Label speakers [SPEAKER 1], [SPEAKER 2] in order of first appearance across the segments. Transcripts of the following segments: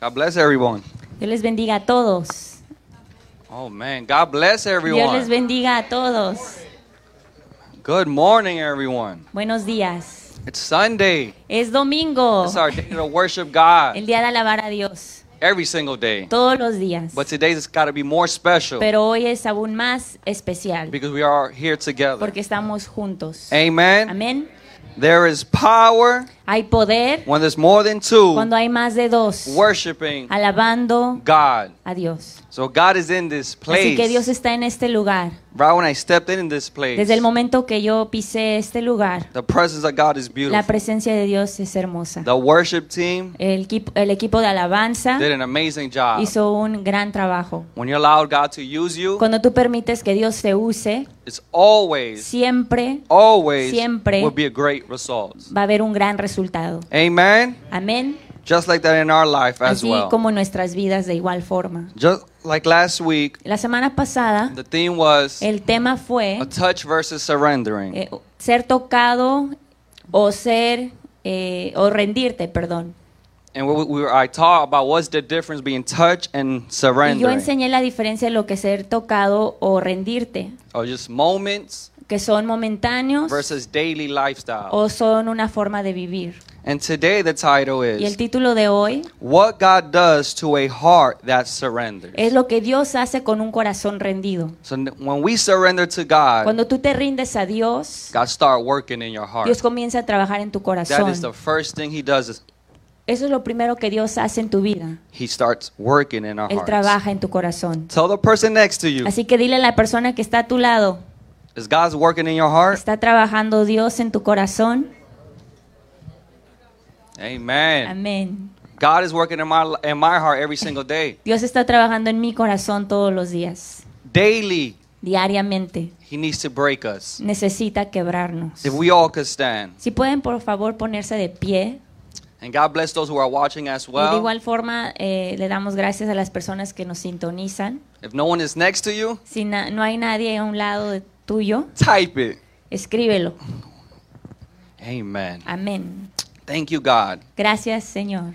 [SPEAKER 1] God bless everyone.
[SPEAKER 2] Dios les bendiga a todos.
[SPEAKER 1] Oh man, God bless
[SPEAKER 2] Dios les
[SPEAKER 1] everyone.
[SPEAKER 2] bendiga a todos.
[SPEAKER 1] Good morning, everyone.
[SPEAKER 2] Buenos días.
[SPEAKER 1] It's Sunday.
[SPEAKER 2] Es domingo,
[SPEAKER 1] It's our day to worship God
[SPEAKER 2] el día de alabar a Dios,
[SPEAKER 1] every single day.
[SPEAKER 2] todos los días.
[SPEAKER 1] But today's it's got to be more special
[SPEAKER 2] Pero hoy es aún más especial
[SPEAKER 1] because we are here together.
[SPEAKER 2] porque estamos juntos.
[SPEAKER 1] Amen.
[SPEAKER 2] Amén.
[SPEAKER 1] There is power
[SPEAKER 2] Hay poder
[SPEAKER 1] when there's more than two
[SPEAKER 2] cuando hay más de dos
[SPEAKER 1] worshiping
[SPEAKER 2] alabando
[SPEAKER 1] God.
[SPEAKER 2] a Dios.
[SPEAKER 1] So God is in this
[SPEAKER 2] Así que Dios
[SPEAKER 1] place.
[SPEAKER 2] está en este lugar.
[SPEAKER 1] Right when I stepped in this place,
[SPEAKER 2] Desde el momento que yo pisé este lugar,
[SPEAKER 1] the presence of God is
[SPEAKER 2] la
[SPEAKER 1] beautiful.
[SPEAKER 2] presencia de Dios es hermosa.
[SPEAKER 1] The worship team
[SPEAKER 2] El, equipo- el equipo de alabanza
[SPEAKER 1] did an amazing job.
[SPEAKER 2] Ah. hizo un gran trabajo.
[SPEAKER 1] When you allow God to use you,
[SPEAKER 2] Cuando tú permites que Dios te use,
[SPEAKER 1] it's always,
[SPEAKER 2] siempre
[SPEAKER 1] always
[SPEAKER 2] Siempre.
[SPEAKER 1] will be a great result.
[SPEAKER 2] va a haber un gran resultado.
[SPEAKER 1] Amen.
[SPEAKER 2] Amén.
[SPEAKER 1] Just like that in our life as
[SPEAKER 2] Así
[SPEAKER 1] well.
[SPEAKER 2] como en nuestras vidas de igual forma.
[SPEAKER 1] Just like last week,
[SPEAKER 2] La semana pasada,
[SPEAKER 1] the theme was
[SPEAKER 2] el tema fue
[SPEAKER 1] a touch versus surrendering.
[SPEAKER 2] eh, ser tocado o ser eh, o rendirte, perdón.
[SPEAKER 1] And what we were, I taught about what's the difference between touch and
[SPEAKER 2] Y yo
[SPEAKER 1] surrendering.
[SPEAKER 2] enseñé la diferencia de lo que es ser tocado o rendirte,
[SPEAKER 1] Or Oh, just moments
[SPEAKER 2] que son momentáneos
[SPEAKER 1] versus daily lifestyle.
[SPEAKER 2] o son una forma de vivir.
[SPEAKER 1] And today the title
[SPEAKER 2] Y el
[SPEAKER 1] is
[SPEAKER 2] título de hoy
[SPEAKER 1] What God Does to a Heart That Surrenders.
[SPEAKER 2] es lo que Dios hace con un corazón rendido.
[SPEAKER 1] So n- when we surrender to God,
[SPEAKER 2] Cuando tú te rindes a Dios,
[SPEAKER 1] God start working in your heart.
[SPEAKER 2] Dios comienza a trabajar en tu
[SPEAKER 1] That
[SPEAKER 2] corazón.
[SPEAKER 1] is the first thing He does is
[SPEAKER 2] Eso es lo primero que Dios hace en tu vida.
[SPEAKER 1] He starts working in our
[SPEAKER 2] Él
[SPEAKER 1] hearts.
[SPEAKER 2] trabaja en tu corazón.
[SPEAKER 1] Tell the person next to you,
[SPEAKER 2] Así que dile a la persona que está a tu lado,
[SPEAKER 1] is God's working in your heart?
[SPEAKER 2] ¿está trabajando Dios en tu corazón?
[SPEAKER 1] Amen.
[SPEAKER 2] Amén.
[SPEAKER 1] God is working in my li- in my heart every single day,
[SPEAKER 2] Dios está trabajando en mi corazón todos los días,
[SPEAKER 1] daily.
[SPEAKER 2] diariamente.
[SPEAKER 1] He needs to break us.
[SPEAKER 2] Necesita quebrarnos.
[SPEAKER 1] If we all could stand,
[SPEAKER 2] Si pueden, por favor, ponerse de pie.
[SPEAKER 1] and God bless those who are watching as
[SPEAKER 2] y de
[SPEAKER 1] well.
[SPEAKER 2] igual forma, eh, le damos gracias a las personas que nos sintonizan.
[SPEAKER 1] If no one is next to you,
[SPEAKER 2] Si na- no hay nadie a un lado de tuyo,
[SPEAKER 1] type it.
[SPEAKER 2] escríbelo.
[SPEAKER 1] Amen.
[SPEAKER 2] Amén.
[SPEAKER 1] Thank you, God,
[SPEAKER 2] Gracias, Señor,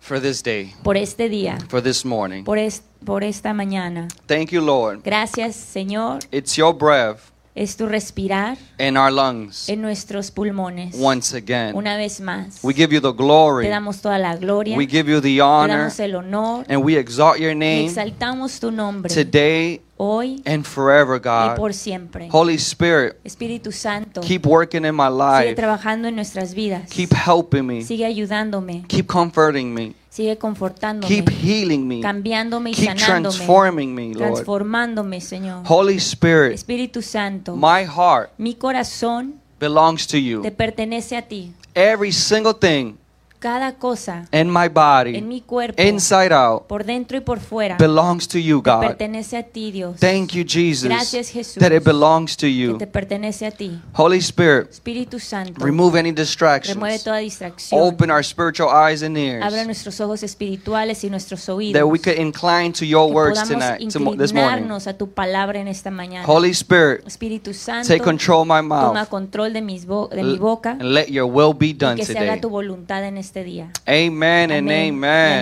[SPEAKER 1] for this day,
[SPEAKER 2] por este día,
[SPEAKER 1] for this morning.
[SPEAKER 2] por, es- por esta mañana.
[SPEAKER 1] Thank you, Lord.
[SPEAKER 2] Gracias, Señor.
[SPEAKER 1] It's your breath
[SPEAKER 2] Es tu respirar
[SPEAKER 1] in our lungs
[SPEAKER 2] en nuestros pulmones.
[SPEAKER 1] once again.
[SPEAKER 2] Una vez más,
[SPEAKER 1] We give you the
[SPEAKER 2] te
[SPEAKER 1] glory.
[SPEAKER 2] damos toda la gloria,
[SPEAKER 1] We
[SPEAKER 2] te
[SPEAKER 1] give you the honor
[SPEAKER 2] damos el honor,
[SPEAKER 1] and we exalt your
[SPEAKER 2] y
[SPEAKER 1] name
[SPEAKER 2] exaltamos tu nombre
[SPEAKER 1] today
[SPEAKER 2] hoy
[SPEAKER 1] and forever,
[SPEAKER 2] y
[SPEAKER 1] God.
[SPEAKER 2] por siempre.
[SPEAKER 1] Holy Spirit,
[SPEAKER 2] Espíritu Santo,
[SPEAKER 1] keep working in my
[SPEAKER 2] sigue
[SPEAKER 1] life.
[SPEAKER 2] trabajando en nuestras vidas,
[SPEAKER 1] Keep helping me.
[SPEAKER 2] sigue ayudándome,
[SPEAKER 1] Keep comforting me.
[SPEAKER 2] sigue confortándome,
[SPEAKER 1] Keep healing me.
[SPEAKER 2] cambiándome y
[SPEAKER 1] Keep
[SPEAKER 2] sanándome,
[SPEAKER 1] transforming me, Lord.
[SPEAKER 2] transformándome, Señor.
[SPEAKER 1] Holy Spirit,
[SPEAKER 2] Espíritu Santo,
[SPEAKER 1] my heart
[SPEAKER 2] mi corazón
[SPEAKER 1] belongs to
[SPEAKER 2] te
[SPEAKER 1] you.
[SPEAKER 2] pertenece a ti.
[SPEAKER 1] Every single thing
[SPEAKER 2] Cada cosa
[SPEAKER 1] in my
[SPEAKER 2] en
[SPEAKER 1] body,
[SPEAKER 2] mi cuerpo,
[SPEAKER 1] inside out,
[SPEAKER 2] por dentro y por fuera,
[SPEAKER 1] belongs to you, God.
[SPEAKER 2] pertenece a ti, Dios.
[SPEAKER 1] Thank you,
[SPEAKER 2] Gracias,
[SPEAKER 1] Jesus,
[SPEAKER 2] Jesús,
[SPEAKER 1] that it belongs to
[SPEAKER 2] que
[SPEAKER 1] you.
[SPEAKER 2] te pertenece a ti.
[SPEAKER 1] Holy Spirit,
[SPEAKER 2] Espíritu Santo,
[SPEAKER 1] remove any
[SPEAKER 2] remueve
[SPEAKER 1] distractions.
[SPEAKER 2] toda distracción.
[SPEAKER 1] Open our spiritual eyes and
[SPEAKER 2] Abre
[SPEAKER 1] ears
[SPEAKER 2] nuestros ojos espirituales y nuestros oídos.
[SPEAKER 1] that we could incline to your
[SPEAKER 2] que
[SPEAKER 1] words
[SPEAKER 2] podamos
[SPEAKER 1] tonight, tomo- this morning.
[SPEAKER 2] inclinarnos a tu palabra en esta mañana.
[SPEAKER 1] Holy Spirit,
[SPEAKER 2] Espíritu Santo,
[SPEAKER 1] take control of my
[SPEAKER 2] toma
[SPEAKER 1] mouth
[SPEAKER 2] control de, mis bo- de mi
[SPEAKER 1] l-
[SPEAKER 2] boca
[SPEAKER 1] and let your will be
[SPEAKER 2] y
[SPEAKER 1] done
[SPEAKER 2] que se haga
[SPEAKER 1] today.
[SPEAKER 2] tu voluntad en este día.
[SPEAKER 1] Amen and
[SPEAKER 2] Amén. y
[SPEAKER 1] amen.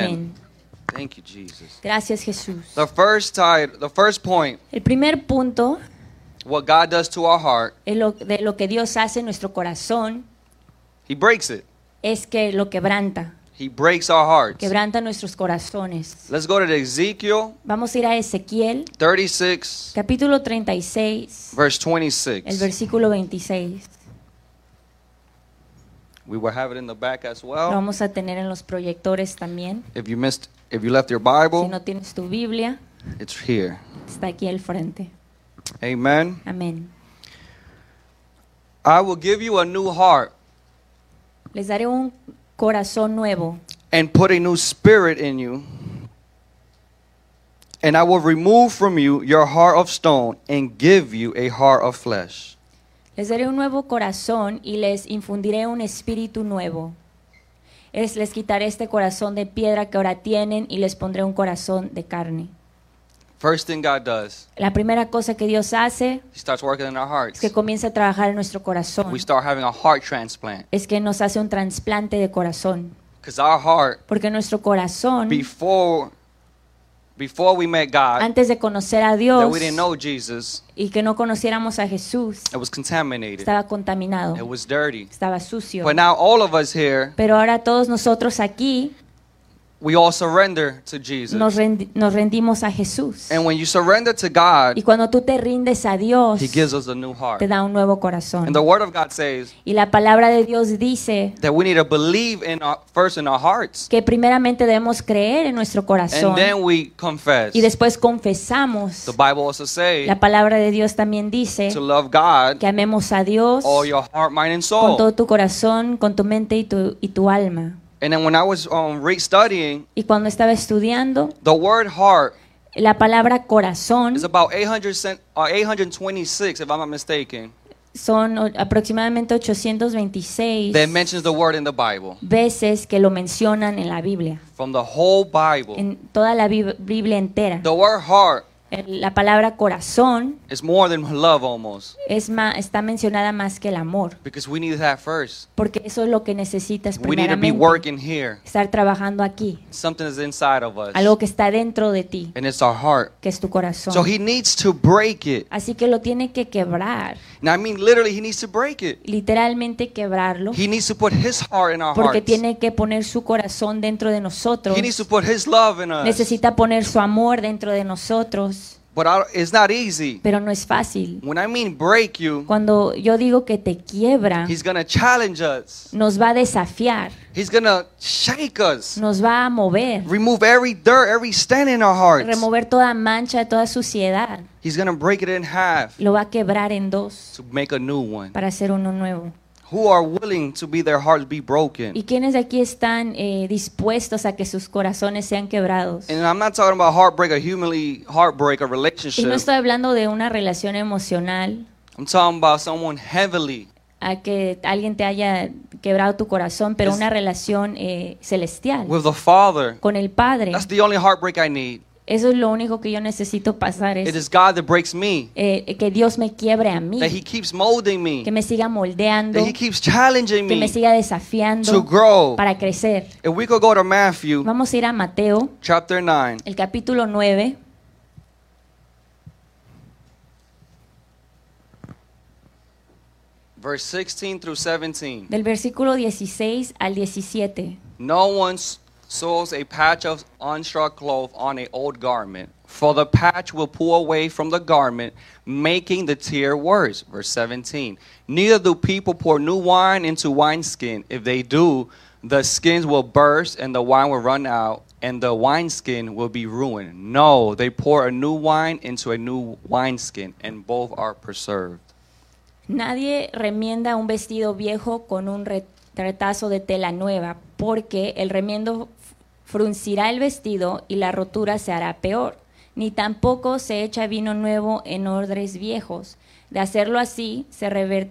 [SPEAKER 2] amén.
[SPEAKER 1] Thank you, Jesus.
[SPEAKER 2] Gracias, Jesús.
[SPEAKER 1] The first title, the first point,
[SPEAKER 2] El primer punto
[SPEAKER 1] what God does to our heart,
[SPEAKER 2] es lo- de lo que Dios hace en nuestro corazón
[SPEAKER 1] He breaks it.
[SPEAKER 2] es que lo quebranta,
[SPEAKER 1] He breaks our hearts.
[SPEAKER 2] quebranta nuestros corazones.
[SPEAKER 1] Let's go to the Ezekiel
[SPEAKER 2] Vamos a ir a Ezequiel,
[SPEAKER 1] 36,
[SPEAKER 2] capítulo 36,
[SPEAKER 1] verse
[SPEAKER 2] el
[SPEAKER 1] 26.
[SPEAKER 2] versículo 26.
[SPEAKER 1] We will have it in the back as
[SPEAKER 2] Lo
[SPEAKER 1] well.
[SPEAKER 2] vamos a tener en los proyectores también.
[SPEAKER 1] If you missed, if you left your
[SPEAKER 2] Si
[SPEAKER 1] Bible,
[SPEAKER 2] no tienes tu Biblia,
[SPEAKER 1] it's here.
[SPEAKER 2] está aquí al frente.
[SPEAKER 1] Amen.
[SPEAKER 2] Amén.
[SPEAKER 1] I will give you a new heart
[SPEAKER 2] Les daré un corazón nuevo
[SPEAKER 1] and put a new spirit in you. And I will remove from you your heart of stone and give you a heart of flesh.
[SPEAKER 2] Les daré un nuevo corazón y les infundiré un espíritu nuevo. Es, les quitaré este corazón de piedra que ahora tienen y les pondré un corazón de carne.
[SPEAKER 1] First thing God does,
[SPEAKER 2] La primera cosa que Dios hace
[SPEAKER 1] He starts working in our
[SPEAKER 2] es
[SPEAKER 1] hearts.
[SPEAKER 2] que comienza a trabajar en nuestro corazón.
[SPEAKER 1] We start having a heart transplant.
[SPEAKER 2] Es que nos hace un trasplante de corazón.
[SPEAKER 1] Because our heart,
[SPEAKER 2] Porque nuestro corazón,
[SPEAKER 1] before, before we met God,
[SPEAKER 2] antes de conocer a
[SPEAKER 1] that
[SPEAKER 2] Dios
[SPEAKER 1] we didn't know Jesus,
[SPEAKER 2] y que no conociéramos a Jesús,
[SPEAKER 1] it was contaminated.
[SPEAKER 2] estaba contaminado,
[SPEAKER 1] It was dirty.
[SPEAKER 2] estaba sucio.
[SPEAKER 1] But now all of us here,
[SPEAKER 2] Pero ahora todos nosotros aquí
[SPEAKER 1] we all surrender to Jesus.
[SPEAKER 2] nos, rendi- nos rendimos a Jesús.
[SPEAKER 1] And when you surrender to God,
[SPEAKER 2] Y cuando tú te rindes a Dios,
[SPEAKER 1] He gives us a new heart.
[SPEAKER 2] te da un nuevo corazón.
[SPEAKER 1] And the Word of God says
[SPEAKER 2] Y la palabra de Dios dice
[SPEAKER 1] that we need to believe in our, first in our hearts,
[SPEAKER 2] que primeramente debemos creer en nuestro corazón
[SPEAKER 1] and then we confess.
[SPEAKER 2] y después confesamos.
[SPEAKER 1] The Bible also says
[SPEAKER 2] La palabra de Dios también dice
[SPEAKER 1] to love God
[SPEAKER 2] que amemos a Dios
[SPEAKER 1] all your heart, mind, and
[SPEAKER 2] con
[SPEAKER 1] soul.
[SPEAKER 2] todo tu corazón, con tu mente y tu, y tu alma.
[SPEAKER 1] And then when I was um, re- studying,
[SPEAKER 2] Y cuando estaba estudiando,
[SPEAKER 1] the word heart
[SPEAKER 2] la palabra corazón
[SPEAKER 1] is about 800 cent, uh, 826, if I'm not mistaken,
[SPEAKER 2] son o- aproximadamente 826
[SPEAKER 1] that mentions the word in the Bible.
[SPEAKER 2] veces que lo mencionan en la Biblia,
[SPEAKER 1] From the whole Bible,
[SPEAKER 2] en toda la Bib- Biblia entera.
[SPEAKER 1] the word heart
[SPEAKER 2] El- La palabra corazón
[SPEAKER 1] is more than love almost,
[SPEAKER 2] es ma- está mencionada más que el amor,
[SPEAKER 1] because we need that first.
[SPEAKER 2] porque eso es lo que necesitas
[SPEAKER 1] We need to be
[SPEAKER 2] primeramente,
[SPEAKER 1] working here.
[SPEAKER 2] estar trabajando aquí,
[SPEAKER 1] Something is inside of us,
[SPEAKER 2] algo que está dentro de ti,
[SPEAKER 1] and it's our heart.
[SPEAKER 2] que es tu corazón.
[SPEAKER 1] So he needs to break it.
[SPEAKER 2] Así que lo tiene que quebrar,
[SPEAKER 1] Now, I mean, literally, he needs to break it.
[SPEAKER 2] literalmente quebrarlo,
[SPEAKER 1] He needs to put his heart in our
[SPEAKER 2] porque
[SPEAKER 1] hearts.
[SPEAKER 2] tiene que poner su corazón dentro de nosotros,
[SPEAKER 1] He needs to put his love in us.
[SPEAKER 2] necesita poner su amor dentro de nosotros,
[SPEAKER 1] But I, it's not easy.
[SPEAKER 2] pero no es fácil.
[SPEAKER 1] When I mean break you,
[SPEAKER 2] Cuando yo digo que te quiebra,
[SPEAKER 1] he's going to challenge us.
[SPEAKER 2] nos va a desafiar,
[SPEAKER 1] He's going to shake us.
[SPEAKER 2] nos va a mover,
[SPEAKER 1] Remove every dirt, every stain in our hearts.
[SPEAKER 2] remover toda mancha, toda suciedad,
[SPEAKER 1] He's going to break it in half
[SPEAKER 2] lo va a quebrar en dos
[SPEAKER 1] to make a new one.
[SPEAKER 2] para hacer uno nuevo.
[SPEAKER 1] Who are willing to be their hearts be broken?
[SPEAKER 2] ¿Y quiénes de aquí están eh, dispuestos a que sus corazones sean quebrados?
[SPEAKER 1] And I'm not talking about heartbreak, a humanly heartbreak, a
[SPEAKER 2] Y no
[SPEAKER 1] relationship.
[SPEAKER 2] estoy hablando de una relación emocional,
[SPEAKER 1] I'm talking about someone heavily
[SPEAKER 2] a que alguien te haya quebrado tu corazón, pero
[SPEAKER 1] Es-
[SPEAKER 2] una relación eh, celestial
[SPEAKER 1] with the Father.
[SPEAKER 2] con el Padre.
[SPEAKER 1] That's the only heartbreak I need.
[SPEAKER 2] Eso es lo único que yo necesito pasar,
[SPEAKER 1] It
[SPEAKER 2] es
[SPEAKER 1] is God that breaks me,
[SPEAKER 2] eh, que Dios me quiebre a mí,
[SPEAKER 1] that He keeps molding
[SPEAKER 2] que
[SPEAKER 1] me,
[SPEAKER 2] me siga moldeando,
[SPEAKER 1] that He keeps challenging
[SPEAKER 2] que me
[SPEAKER 1] me
[SPEAKER 2] siga
[SPEAKER 1] to
[SPEAKER 2] desafiando
[SPEAKER 1] grow.
[SPEAKER 2] para crecer.
[SPEAKER 1] If we could go to Matthew
[SPEAKER 2] Vamos a ir a Mateo,
[SPEAKER 1] chapter 9,
[SPEAKER 2] el capítulo 9.
[SPEAKER 1] verse 16 through 17.
[SPEAKER 2] Del versículo 16 al 17.
[SPEAKER 1] No one s- sews a patch of unstruck cloth on an old garment, for the patch will pull away from the garment, making the tear worse. Verse 17. Neither do people pour new wine into wineskin. If they do, the skins will burst and the wine will run out, and the wineskin will be ruined. No, they pour a new wine into a new wineskin, and both are preserved.
[SPEAKER 2] Nadie remienda un vestido viejo con un re- retazo de tela nueva, porque el remiendo f- fruncirá el vestido y la rotura se hará peor. Ni tampoco se echa vino nuevo en odres viejos. De hacerlo así, se rever-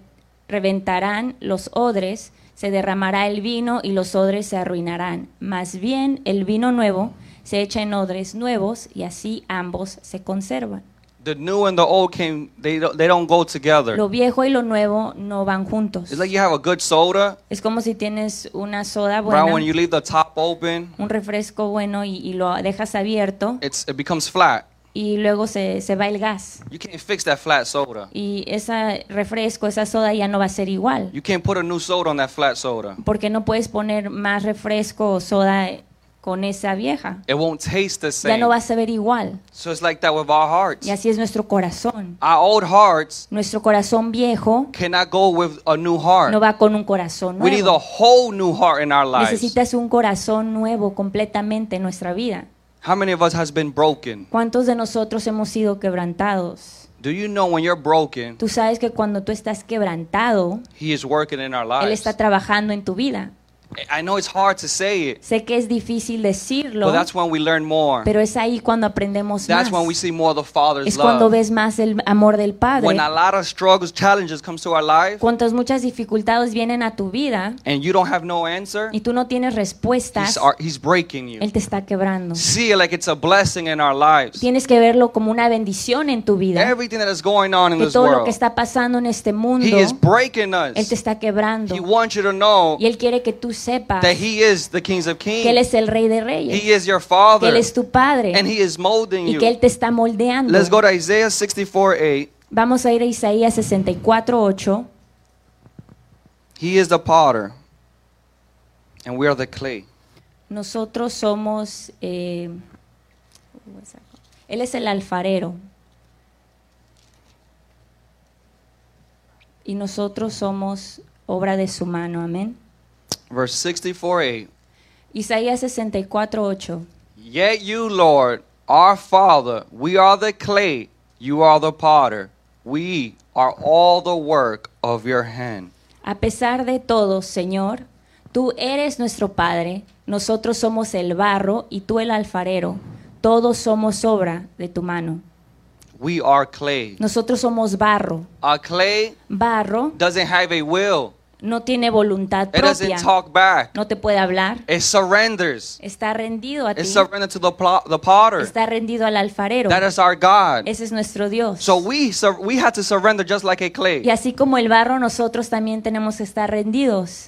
[SPEAKER 2] reventarán los odres, se derramará el vino y los odres se arruinarán. Más bien, el vino nuevo se echa en odres nuevos y así ambos se conservan.
[SPEAKER 1] The new and the old came, they don't, they don't go together.
[SPEAKER 2] Lo viejo y lo nuevo no van juntos.
[SPEAKER 1] It's like you have a good soda
[SPEAKER 2] Es como si tienes una soda
[SPEAKER 1] Right when
[SPEAKER 2] buena,
[SPEAKER 1] you leave the top open,
[SPEAKER 2] un refresco bueno y, y lo dejas abierto
[SPEAKER 1] it's it becomes flat.
[SPEAKER 2] y luego se, se va el gas.
[SPEAKER 1] You can't fix that flat soda.
[SPEAKER 2] Y ese refresco, esa soda ya no va a ser igual.
[SPEAKER 1] You can't put a new soda on that flat soda.
[SPEAKER 2] Porque no puedes poner más refresco o soda con esa vieja.
[SPEAKER 1] It won't taste the
[SPEAKER 2] Ya
[SPEAKER 1] same.
[SPEAKER 2] no va a saber igual.
[SPEAKER 1] So it's like that with our hearts.
[SPEAKER 2] Y así es nuestro corazón.
[SPEAKER 1] Our old hearts
[SPEAKER 2] Nuestro corazón viejo
[SPEAKER 1] cannot go with a new heart.
[SPEAKER 2] no va con un corazón
[SPEAKER 1] we need a
[SPEAKER 2] nuevo.
[SPEAKER 1] whole new heart in our lives.
[SPEAKER 2] Necesitas un corazón nuevo completamente en nuestra vida.
[SPEAKER 1] How many of us has been broken?
[SPEAKER 2] ¿Cuántos de nosotros hemos sido quebrantados?
[SPEAKER 1] Do you know when you're broken,
[SPEAKER 2] Tú sabes que cuando tú estás quebrantado,
[SPEAKER 1] he is working in our
[SPEAKER 2] Él
[SPEAKER 1] lives?
[SPEAKER 2] está trabajando en tu vida.
[SPEAKER 1] I know it's hard to say it,
[SPEAKER 2] Sé que es difícil decirlo,
[SPEAKER 1] but that's when we learn more.
[SPEAKER 2] pero es ahí cuando aprendemos
[SPEAKER 1] That's
[SPEAKER 2] más.
[SPEAKER 1] when we see more of the Father's
[SPEAKER 2] Es cuando
[SPEAKER 1] love.
[SPEAKER 2] ves más el amor del Padre.
[SPEAKER 1] When a lot of struggles, challenges comes to our life,
[SPEAKER 2] Cuantas muchas dificultades vienen a tu vida
[SPEAKER 1] and you don't have no answer,
[SPEAKER 2] y tú no tienes
[SPEAKER 1] he's,
[SPEAKER 2] respuestas,
[SPEAKER 1] ar- he's breaking you.
[SPEAKER 2] Él te está quebrando.
[SPEAKER 1] See it like it's a blessing in our lives.
[SPEAKER 2] Tienes que verlo como una bendición en tu vida.
[SPEAKER 1] Everything that is going on in
[SPEAKER 2] Que
[SPEAKER 1] this
[SPEAKER 2] todo lo que
[SPEAKER 1] world,
[SPEAKER 2] está pasando en este mundo,
[SPEAKER 1] He is
[SPEAKER 2] Él
[SPEAKER 1] breaking
[SPEAKER 2] te
[SPEAKER 1] us.
[SPEAKER 2] está quebrando.
[SPEAKER 1] He wants you to know
[SPEAKER 2] Y Él quiere que tú sepas
[SPEAKER 1] that He is the King of
[SPEAKER 2] que Él
[SPEAKER 1] Kings.
[SPEAKER 2] es el Rey de Reyes,
[SPEAKER 1] He is your
[SPEAKER 2] que Él
[SPEAKER 1] Father,
[SPEAKER 2] es tu Padre
[SPEAKER 1] and He is molding
[SPEAKER 2] y que
[SPEAKER 1] you.
[SPEAKER 2] Él te está moldeando.
[SPEAKER 1] Let's go to Isaiah 64 8.
[SPEAKER 2] Vamos a ir a Isaías 64, 8.
[SPEAKER 1] He is the potter, and we are the clay.
[SPEAKER 2] Nosotros somos... eh, él es el alfarero. Y nosotros somos obra de su mano. Amén.
[SPEAKER 1] Verse 64 8.
[SPEAKER 2] Isaías 64, 8.
[SPEAKER 1] Yet you, Lord, our Father, we are the clay, you are the potter. We are all the work of your hand.
[SPEAKER 2] A pesar de todo, Señor, tú eres nuestro Padre, nosotros somos el barro y tú el alfarero, todos somos obra de tu mano.
[SPEAKER 1] We are clay.
[SPEAKER 2] Nosotros somos barro.
[SPEAKER 1] Our clay
[SPEAKER 2] Barro
[SPEAKER 1] doesn't have a will,
[SPEAKER 2] no tiene voluntad
[SPEAKER 1] it
[SPEAKER 2] propia,
[SPEAKER 1] doesn't talk back,
[SPEAKER 2] no te puede hablar,
[SPEAKER 1] it surrenders.
[SPEAKER 2] está rendido a ti,
[SPEAKER 1] It surrenders to the, pl- the potter.
[SPEAKER 2] está rendido al alfarero.
[SPEAKER 1] That is our God.
[SPEAKER 2] Ese es nuestro Dios.
[SPEAKER 1] So we, sur- we have to surrender just like a clay.
[SPEAKER 2] Y así como el barro, nosotros también tenemos que estar rendidos,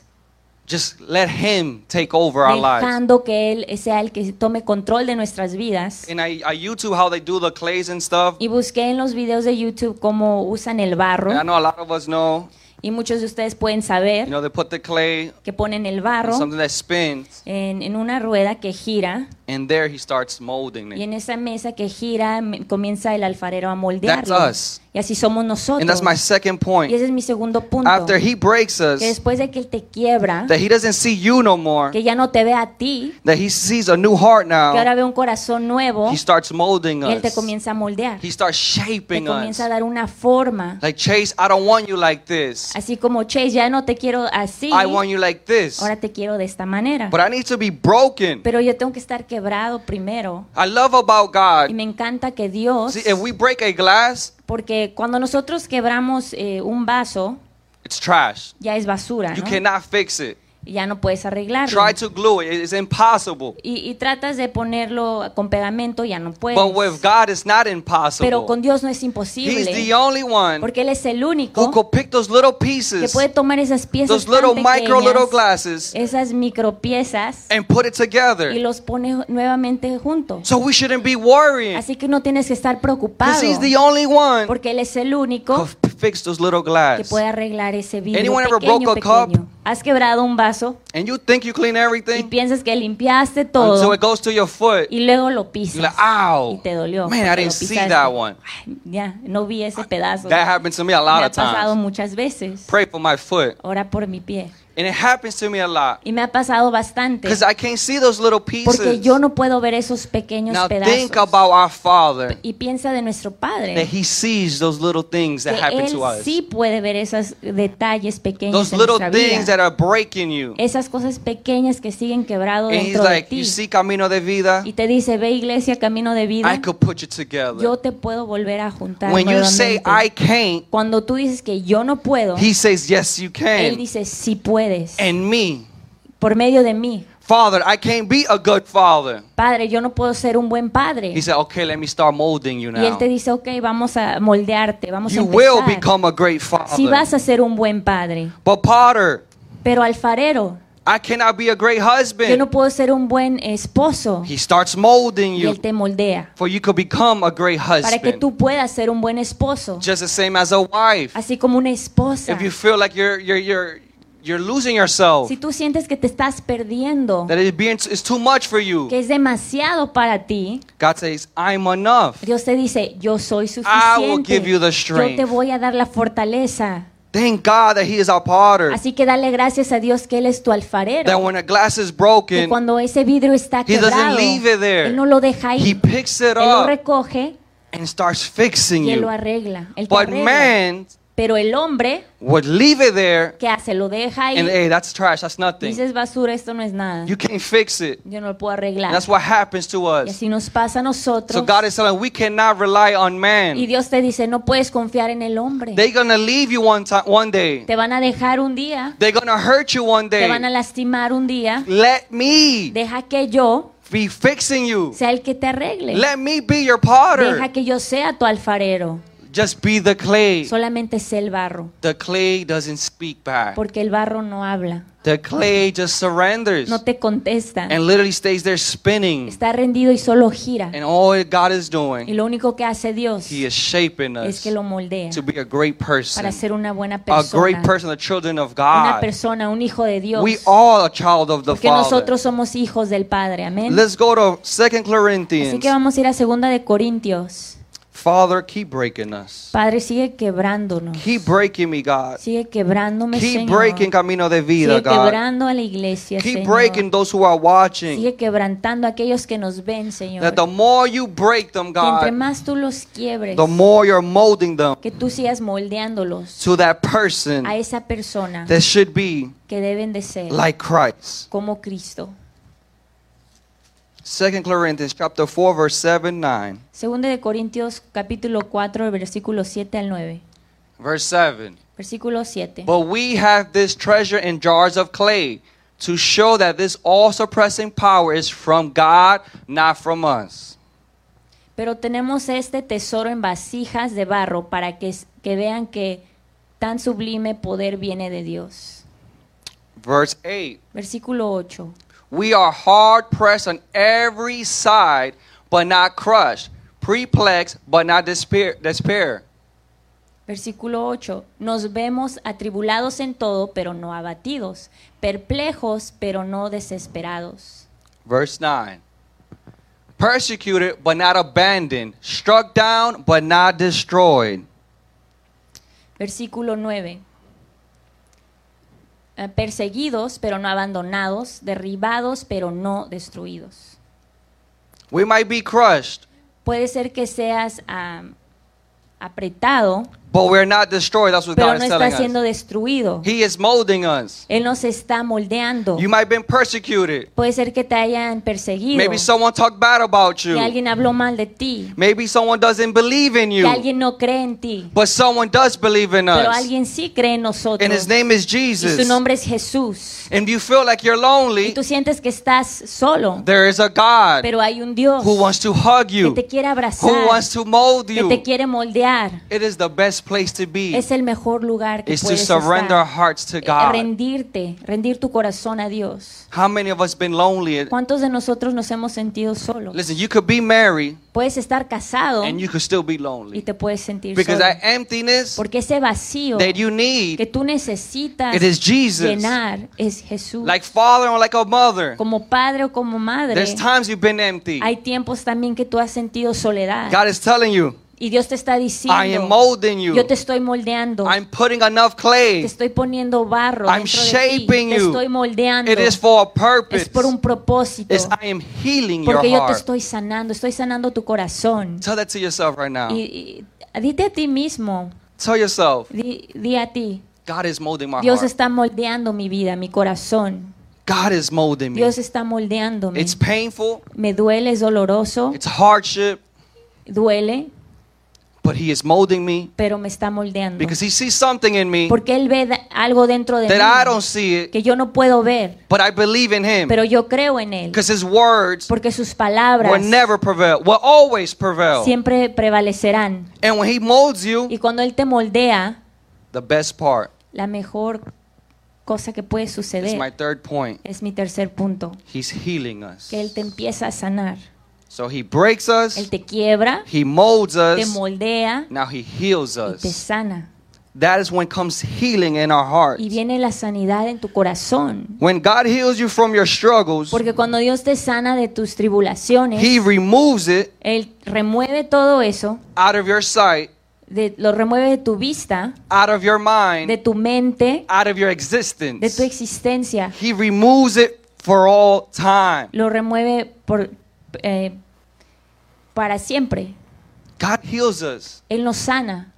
[SPEAKER 1] Just let Him take over our lives.
[SPEAKER 2] dejando que Él sea el que tome control de nuestras vidas.
[SPEAKER 1] And I, I YouTube how they do the clays and stuff.
[SPEAKER 2] Y busqué en los videos de YouTube cómo usan
[SPEAKER 1] And
[SPEAKER 2] el
[SPEAKER 1] I
[SPEAKER 2] barro.
[SPEAKER 1] know a lot of us know,
[SPEAKER 2] Y muchos de ustedes pueden
[SPEAKER 1] you
[SPEAKER 2] saber
[SPEAKER 1] know, they put the clay
[SPEAKER 2] que ponen el
[SPEAKER 1] on
[SPEAKER 2] barro
[SPEAKER 1] something that spins,
[SPEAKER 2] en, en una rueda que gira.
[SPEAKER 1] and there He starts molding it.
[SPEAKER 2] Y en esa mesa que gira me- comienza el alfarero a moldearlo.
[SPEAKER 1] That's us.
[SPEAKER 2] Y así somos nosotros.
[SPEAKER 1] And that's my second
[SPEAKER 2] Y ese
[SPEAKER 1] point.
[SPEAKER 2] es mi segundo punto.
[SPEAKER 1] After He breaks
[SPEAKER 2] que
[SPEAKER 1] us,
[SPEAKER 2] después de que él te quiebra,
[SPEAKER 1] that He doesn't see you no more,
[SPEAKER 2] que ya no te ve a ti,
[SPEAKER 1] that He sees a new heart
[SPEAKER 2] que ahora
[SPEAKER 1] now,
[SPEAKER 2] ve un corazón nuevo,
[SPEAKER 1] He starts molding
[SPEAKER 2] y él te
[SPEAKER 1] us.
[SPEAKER 2] comienza a moldear.
[SPEAKER 1] He starts
[SPEAKER 2] Te
[SPEAKER 1] shaping us.
[SPEAKER 2] comienza a dar una forma.
[SPEAKER 1] Like, Chase, I don't want you like this.
[SPEAKER 2] Así como, Chase, ya no te quiero así,
[SPEAKER 1] I want you like this.
[SPEAKER 2] ahora te quiero de esta manera.
[SPEAKER 1] But I need to be broken.
[SPEAKER 2] Pero yo tengo que estar quebrado primero.
[SPEAKER 1] I love about
[SPEAKER 2] Y
[SPEAKER 1] God.
[SPEAKER 2] me encanta que Dios,
[SPEAKER 1] See, if we break a glass,
[SPEAKER 2] porque cuando nosotros quebramos eh, un vaso,
[SPEAKER 1] it's trash.
[SPEAKER 2] ya es basura,
[SPEAKER 1] You
[SPEAKER 2] ¿no?
[SPEAKER 1] cannot fix it.
[SPEAKER 2] Y ya no puedes arreglarlo.
[SPEAKER 1] Try to glue it, it's impossible.
[SPEAKER 2] Y, y tratas de ponerlo con pegamento, ya no puedes.
[SPEAKER 1] But with God, it's not
[SPEAKER 2] Pero con
[SPEAKER 1] impossible.
[SPEAKER 2] Dios no es
[SPEAKER 1] He's
[SPEAKER 2] imposible,
[SPEAKER 1] the only one
[SPEAKER 2] porque Él es el
[SPEAKER 1] who
[SPEAKER 2] único
[SPEAKER 1] could pick those little
[SPEAKER 2] que
[SPEAKER 1] pieces,
[SPEAKER 2] puede tomar esas piezas
[SPEAKER 1] those
[SPEAKER 2] tan
[SPEAKER 1] little micro little
[SPEAKER 2] pequeñas,
[SPEAKER 1] glasses,
[SPEAKER 2] esas micropiezas,
[SPEAKER 1] and put it
[SPEAKER 2] y
[SPEAKER 1] together.
[SPEAKER 2] los pone nuevamente juntos.
[SPEAKER 1] So we shouldn't be worrying
[SPEAKER 2] Así que no tienes que estar preocupado,
[SPEAKER 1] because He's the only one who
[SPEAKER 2] porque Él es el único
[SPEAKER 1] could fix those little
[SPEAKER 2] que
[SPEAKER 1] glass.
[SPEAKER 2] puede arreglar ese vidrio
[SPEAKER 1] Anyone ever
[SPEAKER 2] pequeño,
[SPEAKER 1] broke a
[SPEAKER 2] pequeño. ¿Has quebrado un vaso
[SPEAKER 1] And you think you clean
[SPEAKER 2] y
[SPEAKER 1] everything
[SPEAKER 2] piensas que limpiaste
[SPEAKER 1] until
[SPEAKER 2] todo
[SPEAKER 1] it goes to your foot.
[SPEAKER 2] y luego lo pisas?
[SPEAKER 1] You're like, ow,
[SPEAKER 2] y te dolió.
[SPEAKER 1] man, I
[SPEAKER 2] porque
[SPEAKER 1] didn't
[SPEAKER 2] lo
[SPEAKER 1] see
[SPEAKER 2] pisaste.
[SPEAKER 1] that one.
[SPEAKER 2] Ay, Ya, no vi ese pedazo.
[SPEAKER 1] That happened to me a
[SPEAKER 2] Me
[SPEAKER 1] lot
[SPEAKER 2] ha
[SPEAKER 1] of
[SPEAKER 2] pasado
[SPEAKER 1] times.
[SPEAKER 2] muchas veces.
[SPEAKER 1] Pray for my foot.
[SPEAKER 2] Ora por mi pie.
[SPEAKER 1] And it happens to me a lot
[SPEAKER 2] Y me ha pasado bastante.
[SPEAKER 1] because I can't see those little
[SPEAKER 2] Porque
[SPEAKER 1] pieces.
[SPEAKER 2] yo no puedo ver esos pequeños
[SPEAKER 1] Now think
[SPEAKER 2] pedazos.
[SPEAKER 1] about our Father
[SPEAKER 2] Y piensa de nuestro
[SPEAKER 1] that
[SPEAKER 2] Padre.
[SPEAKER 1] He sees those little things
[SPEAKER 2] Que
[SPEAKER 1] that happen
[SPEAKER 2] Él
[SPEAKER 1] to us.
[SPEAKER 2] sí puede ver esos detalles pequeños
[SPEAKER 1] Those
[SPEAKER 2] en
[SPEAKER 1] little
[SPEAKER 2] nuestra
[SPEAKER 1] things that
[SPEAKER 2] vida.
[SPEAKER 1] are breaking you.
[SPEAKER 2] Esas cosas pequeñas que siguen quebrado
[SPEAKER 1] And He's
[SPEAKER 2] dentro de
[SPEAKER 1] like,
[SPEAKER 2] ti.
[SPEAKER 1] You see Camino de Vida?
[SPEAKER 2] Y te dice, ve iglesia, camino de
[SPEAKER 1] I
[SPEAKER 2] vida.
[SPEAKER 1] could put you
[SPEAKER 2] Yo
[SPEAKER 1] together.
[SPEAKER 2] te puedo volver a juntar
[SPEAKER 1] When you say,
[SPEAKER 2] nuevamente.
[SPEAKER 1] I can't,
[SPEAKER 2] Cuando tú dices que yo no puedo,
[SPEAKER 1] He says, Yes, you
[SPEAKER 2] Él
[SPEAKER 1] can.
[SPEAKER 2] dice, sí puedes.
[SPEAKER 1] And me,
[SPEAKER 2] Por medio de mí.
[SPEAKER 1] Father, I can't be a good father.
[SPEAKER 2] Padre, yo no puedo ser un buen padre.
[SPEAKER 1] He said, Okay, let me start molding you
[SPEAKER 2] Y él
[SPEAKER 1] now.
[SPEAKER 2] te dice, ok, vamos a moldearte, vamos a
[SPEAKER 1] You will
[SPEAKER 2] empezar.
[SPEAKER 1] become a great
[SPEAKER 2] Si
[SPEAKER 1] father.
[SPEAKER 2] vas a ser un buen padre,
[SPEAKER 1] But Potter,
[SPEAKER 2] pero alfarero,
[SPEAKER 1] I cannot be a great
[SPEAKER 2] yo no
[SPEAKER 1] husband.
[SPEAKER 2] puedo ser un buen esposo.
[SPEAKER 1] He starts molding
[SPEAKER 2] Y
[SPEAKER 1] you
[SPEAKER 2] él te moldea
[SPEAKER 1] for you could become a great
[SPEAKER 2] para que
[SPEAKER 1] husband.
[SPEAKER 2] tú puedas ser un buen esposo,
[SPEAKER 1] Just the same as a wife.
[SPEAKER 2] así como una esposa.
[SPEAKER 1] If you feel like you're you're you're you're losing yourself,
[SPEAKER 2] Si tú sientes que te estás perdiendo,
[SPEAKER 1] that it being is too much for
[SPEAKER 2] que
[SPEAKER 1] you,
[SPEAKER 2] es demasiado para ti,
[SPEAKER 1] God says, "I'm enough."
[SPEAKER 2] Dios te dice, yo soy
[SPEAKER 1] I will give
[SPEAKER 2] suficiente.
[SPEAKER 1] you the
[SPEAKER 2] Yo te
[SPEAKER 1] strength.
[SPEAKER 2] voy a dar la fortaleza.
[SPEAKER 1] Thank God that He is our Potter.
[SPEAKER 2] Así que dale gracias a Dios que Él es tu
[SPEAKER 1] That
[SPEAKER 2] alfarero.
[SPEAKER 1] when a glass is
[SPEAKER 2] Que
[SPEAKER 1] broken,
[SPEAKER 2] cuando ese vidrio está
[SPEAKER 1] He
[SPEAKER 2] quebrado,
[SPEAKER 1] doesn't leave it
[SPEAKER 2] Él no
[SPEAKER 1] there.
[SPEAKER 2] lo deja ahí.
[SPEAKER 1] He picks it
[SPEAKER 2] Él lo
[SPEAKER 1] up
[SPEAKER 2] recoge
[SPEAKER 1] and starts fixing
[SPEAKER 2] y él lo
[SPEAKER 1] you.
[SPEAKER 2] arregla. Él te
[SPEAKER 1] But
[SPEAKER 2] arregla.
[SPEAKER 1] man
[SPEAKER 2] Pero el hombre,
[SPEAKER 1] would leave it there
[SPEAKER 2] ¿qué hace? Lo deja ahí.
[SPEAKER 1] and hey, that's trash. That's nothing.
[SPEAKER 2] Dices basura, esto no es nada.
[SPEAKER 1] You can't fix it.
[SPEAKER 2] Yo no lo puedo
[SPEAKER 1] And
[SPEAKER 2] arreglar.
[SPEAKER 1] that's what happens to
[SPEAKER 2] Y
[SPEAKER 1] us.
[SPEAKER 2] así nos pasa a nosotros.
[SPEAKER 1] So God is telling we cannot rely on
[SPEAKER 2] y
[SPEAKER 1] man.
[SPEAKER 2] Dios te dice, no puedes confiar en el hombre.
[SPEAKER 1] They're gonna leave you one time, one day.
[SPEAKER 2] te van a dejar un día,
[SPEAKER 1] They're gonna hurt you one
[SPEAKER 2] te van a
[SPEAKER 1] day.
[SPEAKER 2] lastimar un día.
[SPEAKER 1] Let me
[SPEAKER 2] Deja que yo
[SPEAKER 1] be fixing you.
[SPEAKER 2] sea el que te arregle.
[SPEAKER 1] Let me be your
[SPEAKER 2] Deja
[SPEAKER 1] potter.
[SPEAKER 2] que yo sea tu alfarero.
[SPEAKER 1] Just be the clay.
[SPEAKER 2] Solamente sé el barro,
[SPEAKER 1] The clay doesn't speak back.
[SPEAKER 2] porque el barro no habla,
[SPEAKER 1] The clay just surrenders
[SPEAKER 2] no te contesta,
[SPEAKER 1] and literally stays there spinning.
[SPEAKER 2] está rendido y solo gira.
[SPEAKER 1] And all God is
[SPEAKER 2] Y
[SPEAKER 1] doing,
[SPEAKER 2] lo único que hace Dios
[SPEAKER 1] He is shaping
[SPEAKER 2] es
[SPEAKER 1] us
[SPEAKER 2] que lo moldea
[SPEAKER 1] to be a great person.
[SPEAKER 2] para ser una buena
[SPEAKER 1] A great
[SPEAKER 2] persona,
[SPEAKER 1] person, the children of
[SPEAKER 2] una
[SPEAKER 1] God.
[SPEAKER 2] persona, un hijo de Dios,
[SPEAKER 1] We are a child of the
[SPEAKER 2] porque
[SPEAKER 1] Father.
[SPEAKER 2] nosotros somos hijos del Padre, amén.
[SPEAKER 1] Let's go to Second
[SPEAKER 2] Así
[SPEAKER 1] Corinthians.
[SPEAKER 2] que vamos a ir a segunda de Corintios.
[SPEAKER 1] Father, keep breaking us.
[SPEAKER 2] Padre, sigue quebrándonos.
[SPEAKER 1] Keep breaking me, God.
[SPEAKER 2] Sigue quebrándome,
[SPEAKER 1] Keep
[SPEAKER 2] Señor.
[SPEAKER 1] breaking Camino de Vida,
[SPEAKER 2] Sigue
[SPEAKER 1] God.
[SPEAKER 2] quebrando a la iglesia,
[SPEAKER 1] Keep
[SPEAKER 2] Señor.
[SPEAKER 1] breaking those who are watching.
[SPEAKER 2] Sigue quebrantando a aquellos que nos ven, Señor.
[SPEAKER 1] That the more you break them,
[SPEAKER 2] Que entre
[SPEAKER 1] God,
[SPEAKER 2] más tú los quiebres,
[SPEAKER 1] the more you're molding them
[SPEAKER 2] que tú sigas moldeándolos
[SPEAKER 1] to that person
[SPEAKER 2] a esa persona
[SPEAKER 1] that should be
[SPEAKER 2] que deben de ser
[SPEAKER 1] like Christ.
[SPEAKER 2] como Cristo.
[SPEAKER 1] Second Corinthians chapter 4 verse 7 9.
[SPEAKER 2] Segunda de Corintios capítulo 4, versículo 7 al 9.
[SPEAKER 1] Verse 7.
[SPEAKER 2] Versículo 7.
[SPEAKER 1] But we have this treasure in jars of clay to show that this all suppressing power is from God, not from us.
[SPEAKER 2] Pero tenemos este tesoro en vasijas de barro para que, s- que vean que tan sublime poder viene de Dios.
[SPEAKER 1] Verse 8.
[SPEAKER 2] Versículo 8.
[SPEAKER 1] We are hard pressed on every side, but not crushed, perplexed, but not despair. despair.
[SPEAKER 2] Versículo 8. Nos vemos atribulados en todo, pero no abatidos, perplejos, pero no desesperados.
[SPEAKER 1] Verse 9. Persecuted, but not abandoned, struck down, but not destroyed.
[SPEAKER 2] Versículo 9. Eh, Perseguidos, pero no abandonados, derribados, pero no destruidos.
[SPEAKER 1] We might be crushed,
[SPEAKER 2] Puede ser que seas ah, apretado,
[SPEAKER 1] but we're not destroyed. That's what
[SPEAKER 2] pero
[SPEAKER 1] God
[SPEAKER 2] no
[SPEAKER 1] is
[SPEAKER 2] está
[SPEAKER 1] telling
[SPEAKER 2] siendo
[SPEAKER 1] us.
[SPEAKER 2] destruido.
[SPEAKER 1] He is molding us.
[SPEAKER 2] Él nos está moldeando.
[SPEAKER 1] You might have been persecuted.
[SPEAKER 2] Puede ser que te hayan perseguido,
[SPEAKER 1] Maybe someone talked bad about
[SPEAKER 2] que
[SPEAKER 1] you.
[SPEAKER 2] alguien habló mal de ti,
[SPEAKER 1] Maybe someone doesn't believe in
[SPEAKER 2] que
[SPEAKER 1] you.
[SPEAKER 2] alguien no cree en ti,
[SPEAKER 1] But someone does believe in
[SPEAKER 2] pero
[SPEAKER 1] us.
[SPEAKER 2] alguien sí cree en nosotros.
[SPEAKER 1] And his name is
[SPEAKER 2] Y su
[SPEAKER 1] Jesus.
[SPEAKER 2] nombre es Jesús.
[SPEAKER 1] And you feel like you're
[SPEAKER 2] Y
[SPEAKER 1] lonely.
[SPEAKER 2] tú sientes que estás solo,
[SPEAKER 1] There is a God
[SPEAKER 2] pero hay un Dios
[SPEAKER 1] who wants to hug
[SPEAKER 2] que
[SPEAKER 1] you,
[SPEAKER 2] te quiere abrazar,
[SPEAKER 1] who wants to mold
[SPEAKER 2] que te
[SPEAKER 1] you.
[SPEAKER 2] quiere moldear.
[SPEAKER 1] It is the best place to be.
[SPEAKER 2] Es el mejor lugar que
[SPEAKER 1] is to
[SPEAKER 2] puedes
[SPEAKER 1] surrender our
[SPEAKER 2] estar.
[SPEAKER 1] hearts to
[SPEAKER 2] Eh,
[SPEAKER 1] God.
[SPEAKER 2] Rendirte, rendir tu corazón a Dios.
[SPEAKER 1] How many of us been lonely?
[SPEAKER 2] ¿Cuántos de nosotros nos hemos sentido solos?
[SPEAKER 1] Listen, you could be married
[SPEAKER 2] Puedes estar casado
[SPEAKER 1] and you could still be
[SPEAKER 2] y
[SPEAKER 1] lonely
[SPEAKER 2] te puedes sentir
[SPEAKER 1] because
[SPEAKER 2] solo.
[SPEAKER 1] that emptiness
[SPEAKER 2] Porque ese vacío
[SPEAKER 1] that you
[SPEAKER 2] que
[SPEAKER 1] need,
[SPEAKER 2] tú necesitas
[SPEAKER 1] it is Jesus.
[SPEAKER 2] llenar es Jesús.
[SPEAKER 1] Like father or like a mother.
[SPEAKER 2] como padre o como madre,
[SPEAKER 1] There's times you've been empty.
[SPEAKER 2] hay tiempos también que tú has sentido soledad.
[SPEAKER 1] God is telling you,
[SPEAKER 2] y Dios te está
[SPEAKER 1] I am
[SPEAKER 2] diciendo,
[SPEAKER 1] molding you.
[SPEAKER 2] yo te estoy moldeando,
[SPEAKER 1] I'm putting enough
[SPEAKER 2] te
[SPEAKER 1] clay.
[SPEAKER 2] estoy poniendo barro
[SPEAKER 1] I'm
[SPEAKER 2] dentro de ti,
[SPEAKER 1] shaping
[SPEAKER 2] te
[SPEAKER 1] you.
[SPEAKER 2] estoy moldeando.
[SPEAKER 1] It is for a
[SPEAKER 2] es
[SPEAKER 1] purpose.
[SPEAKER 2] por un propósito.
[SPEAKER 1] It's I am healing your
[SPEAKER 2] Porque yo te
[SPEAKER 1] heart.
[SPEAKER 2] estoy sanando, estoy sanando tu corazón.
[SPEAKER 1] Tell that to yourself right now.
[SPEAKER 2] Y, y- dite a ti mismo,
[SPEAKER 1] Tell yourself,
[SPEAKER 2] di, di a ti,
[SPEAKER 1] God is molding my
[SPEAKER 2] Dios
[SPEAKER 1] heart.
[SPEAKER 2] está moldeando mi vida, mi corazón.
[SPEAKER 1] God is molding me.
[SPEAKER 2] Dios está moldeándome.
[SPEAKER 1] It's painful.
[SPEAKER 2] Me duele, es doloroso,
[SPEAKER 1] It's hardship.
[SPEAKER 2] duele,
[SPEAKER 1] But he is molding me
[SPEAKER 2] pero me está moldeando.
[SPEAKER 1] because he sees something in me
[SPEAKER 2] Porque Él ve da- algo dentro de
[SPEAKER 1] that I don't
[SPEAKER 2] mí
[SPEAKER 1] see it,
[SPEAKER 2] que yo no puedo ver,
[SPEAKER 1] but I believe in him.
[SPEAKER 2] pero yo creo en Él.
[SPEAKER 1] Because his words
[SPEAKER 2] Porque sus
[SPEAKER 1] will
[SPEAKER 2] palabras
[SPEAKER 1] never prevail, will always prevail.
[SPEAKER 2] siempre prevalecerán.
[SPEAKER 1] And when he molds you,
[SPEAKER 2] Y cuando Él te moldea,
[SPEAKER 1] the best part
[SPEAKER 2] la mejor cosa que puede
[SPEAKER 1] is my
[SPEAKER 2] suceder
[SPEAKER 1] third point.
[SPEAKER 2] es mi tercer punto,
[SPEAKER 1] He's healing us.
[SPEAKER 2] que Él te empieza a sanar.
[SPEAKER 1] So he breaks
[SPEAKER 2] Él
[SPEAKER 1] us,
[SPEAKER 2] te quiebra,
[SPEAKER 1] he molds
[SPEAKER 2] te
[SPEAKER 1] us,
[SPEAKER 2] moldea
[SPEAKER 1] now he heals
[SPEAKER 2] y te
[SPEAKER 1] us.
[SPEAKER 2] sana.
[SPEAKER 1] That is when comes healing in our hearts.
[SPEAKER 2] Y viene la sanidad en tu corazón.
[SPEAKER 1] When God heals you from your struggles,
[SPEAKER 2] Porque cuando Dios te sana de tus tribulaciones,
[SPEAKER 1] he removes it
[SPEAKER 2] Él remueve todo eso,
[SPEAKER 1] out of your sight,
[SPEAKER 2] de- lo remueve de tu vista,
[SPEAKER 1] out of your
[SPEAKER 2] de
[SPEAKER 1] mind,
[SPEAKER 2] tu mente,
[SPEAKER 1] out of your
[SPEAKER 2] de
[SPEAKER 1] existence.
[SPEAKER 2] tu existencia.
[SPEAKER 1] He removes it for all time.
[SPEAKER 2] Lo remueve por, eh, para siempre.
[SPEAKER 1] God heals us.
[SPEAKER 2] Él nos sana.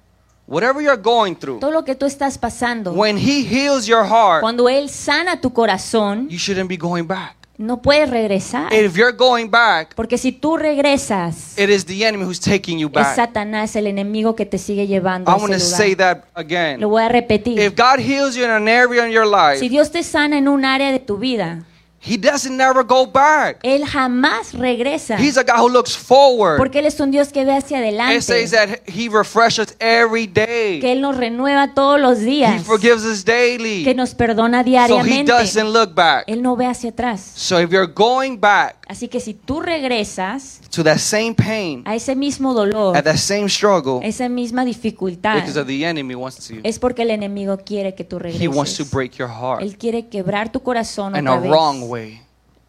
[SPEAKER 1] Whatever you're going through,
[SPEAKER 2] Todo lo que tú estás pasando,
[SPEAKER 1] when He heals your heart,
[SPEAKER 2] cuando Él sana tu corazón,
[SPEAKER 1] you shouldn't be going back.
[SPEAKER 2] no puedes regresar.
[SPEAKER 1] If you're going back,
[SPEAKER 2] Porque si tú regresas,
[SPEAKER 1] it is the enemy who's taking you
[SPEAKER 2] es
[SPEAKER 1] back.
[SPEAKER 2] Satanás el enemigo que te sigue llevando a
[SPEAKER 1] I'm going to
[SPEAKER 2] ese
[SPEAKER 1] say
[SPEAKER 2] lugar.
[SPEAKER 1] that
[SPEAKER 2] Lo
[SPEAKER 1] again.
[SPEAKER 2] voy a repetir.
[SPEAKER 1] If God heals you in an area in your
[SPEAKER 2] Si
[SPEAKER 1] life,
[SPEAKER 2] Dios te sana en un área de tu vida,
[SPEAKER 1] He doesn't never go back.
[SPEAKER 2] Él jamás regresa.
[SPEAKER 1] He's a God who looks forward.
[SPEAKER 2] Porque Él es un Dios que ve hacia
[SPEAKER 1] It says
[SPEAKER 2] adelante.
[SPEAKER 1] that He refreshes every
[SPEAKER 2] Que
[SPEAKER 1] day.
[SPEAKER 2] Él nos renueva todos los
[SPEAKER 1] He
[SPEAKER 2] días.
[SPEAKER 1] forgives us
[SPEAKER 2] Que
[SPEAKER 1] daily.
[SPEAKER 2] nos perdona
[SPEAKER 1] So He
[SPEAKER 2] diariamente.
[SPEAKER 1] doesn't look back.
[SPEAKER 2] Él no ve hacia atrás.
[SPEAKER 1] So if you're going back
[SPEAKER 2] Así que si tú regresas
[SPEAKER 1] to that same pain,
[SPEAKER 2] a ese mismo dolor,
[SPEAKER 1] at that same struggle,
[SPEAKER 2] esa misma dificultad,
[SPEAKER 1] because of the enemy wants to.
[SPEAKER 2] es porque el enemigo quiere que tú
[SPEAKER 1] He wants to
[SPEAKER 2] regreses.
[SPEAKER 1] break your heart
[SPEAKER 2] Él quiere quebrar tu corazón
[SPEAKER 1] in
[SPEAKER 2] otra
[SPEAKER 1] a
[SPEAKER 2] vez.
[SPEAKER 1] wrong way.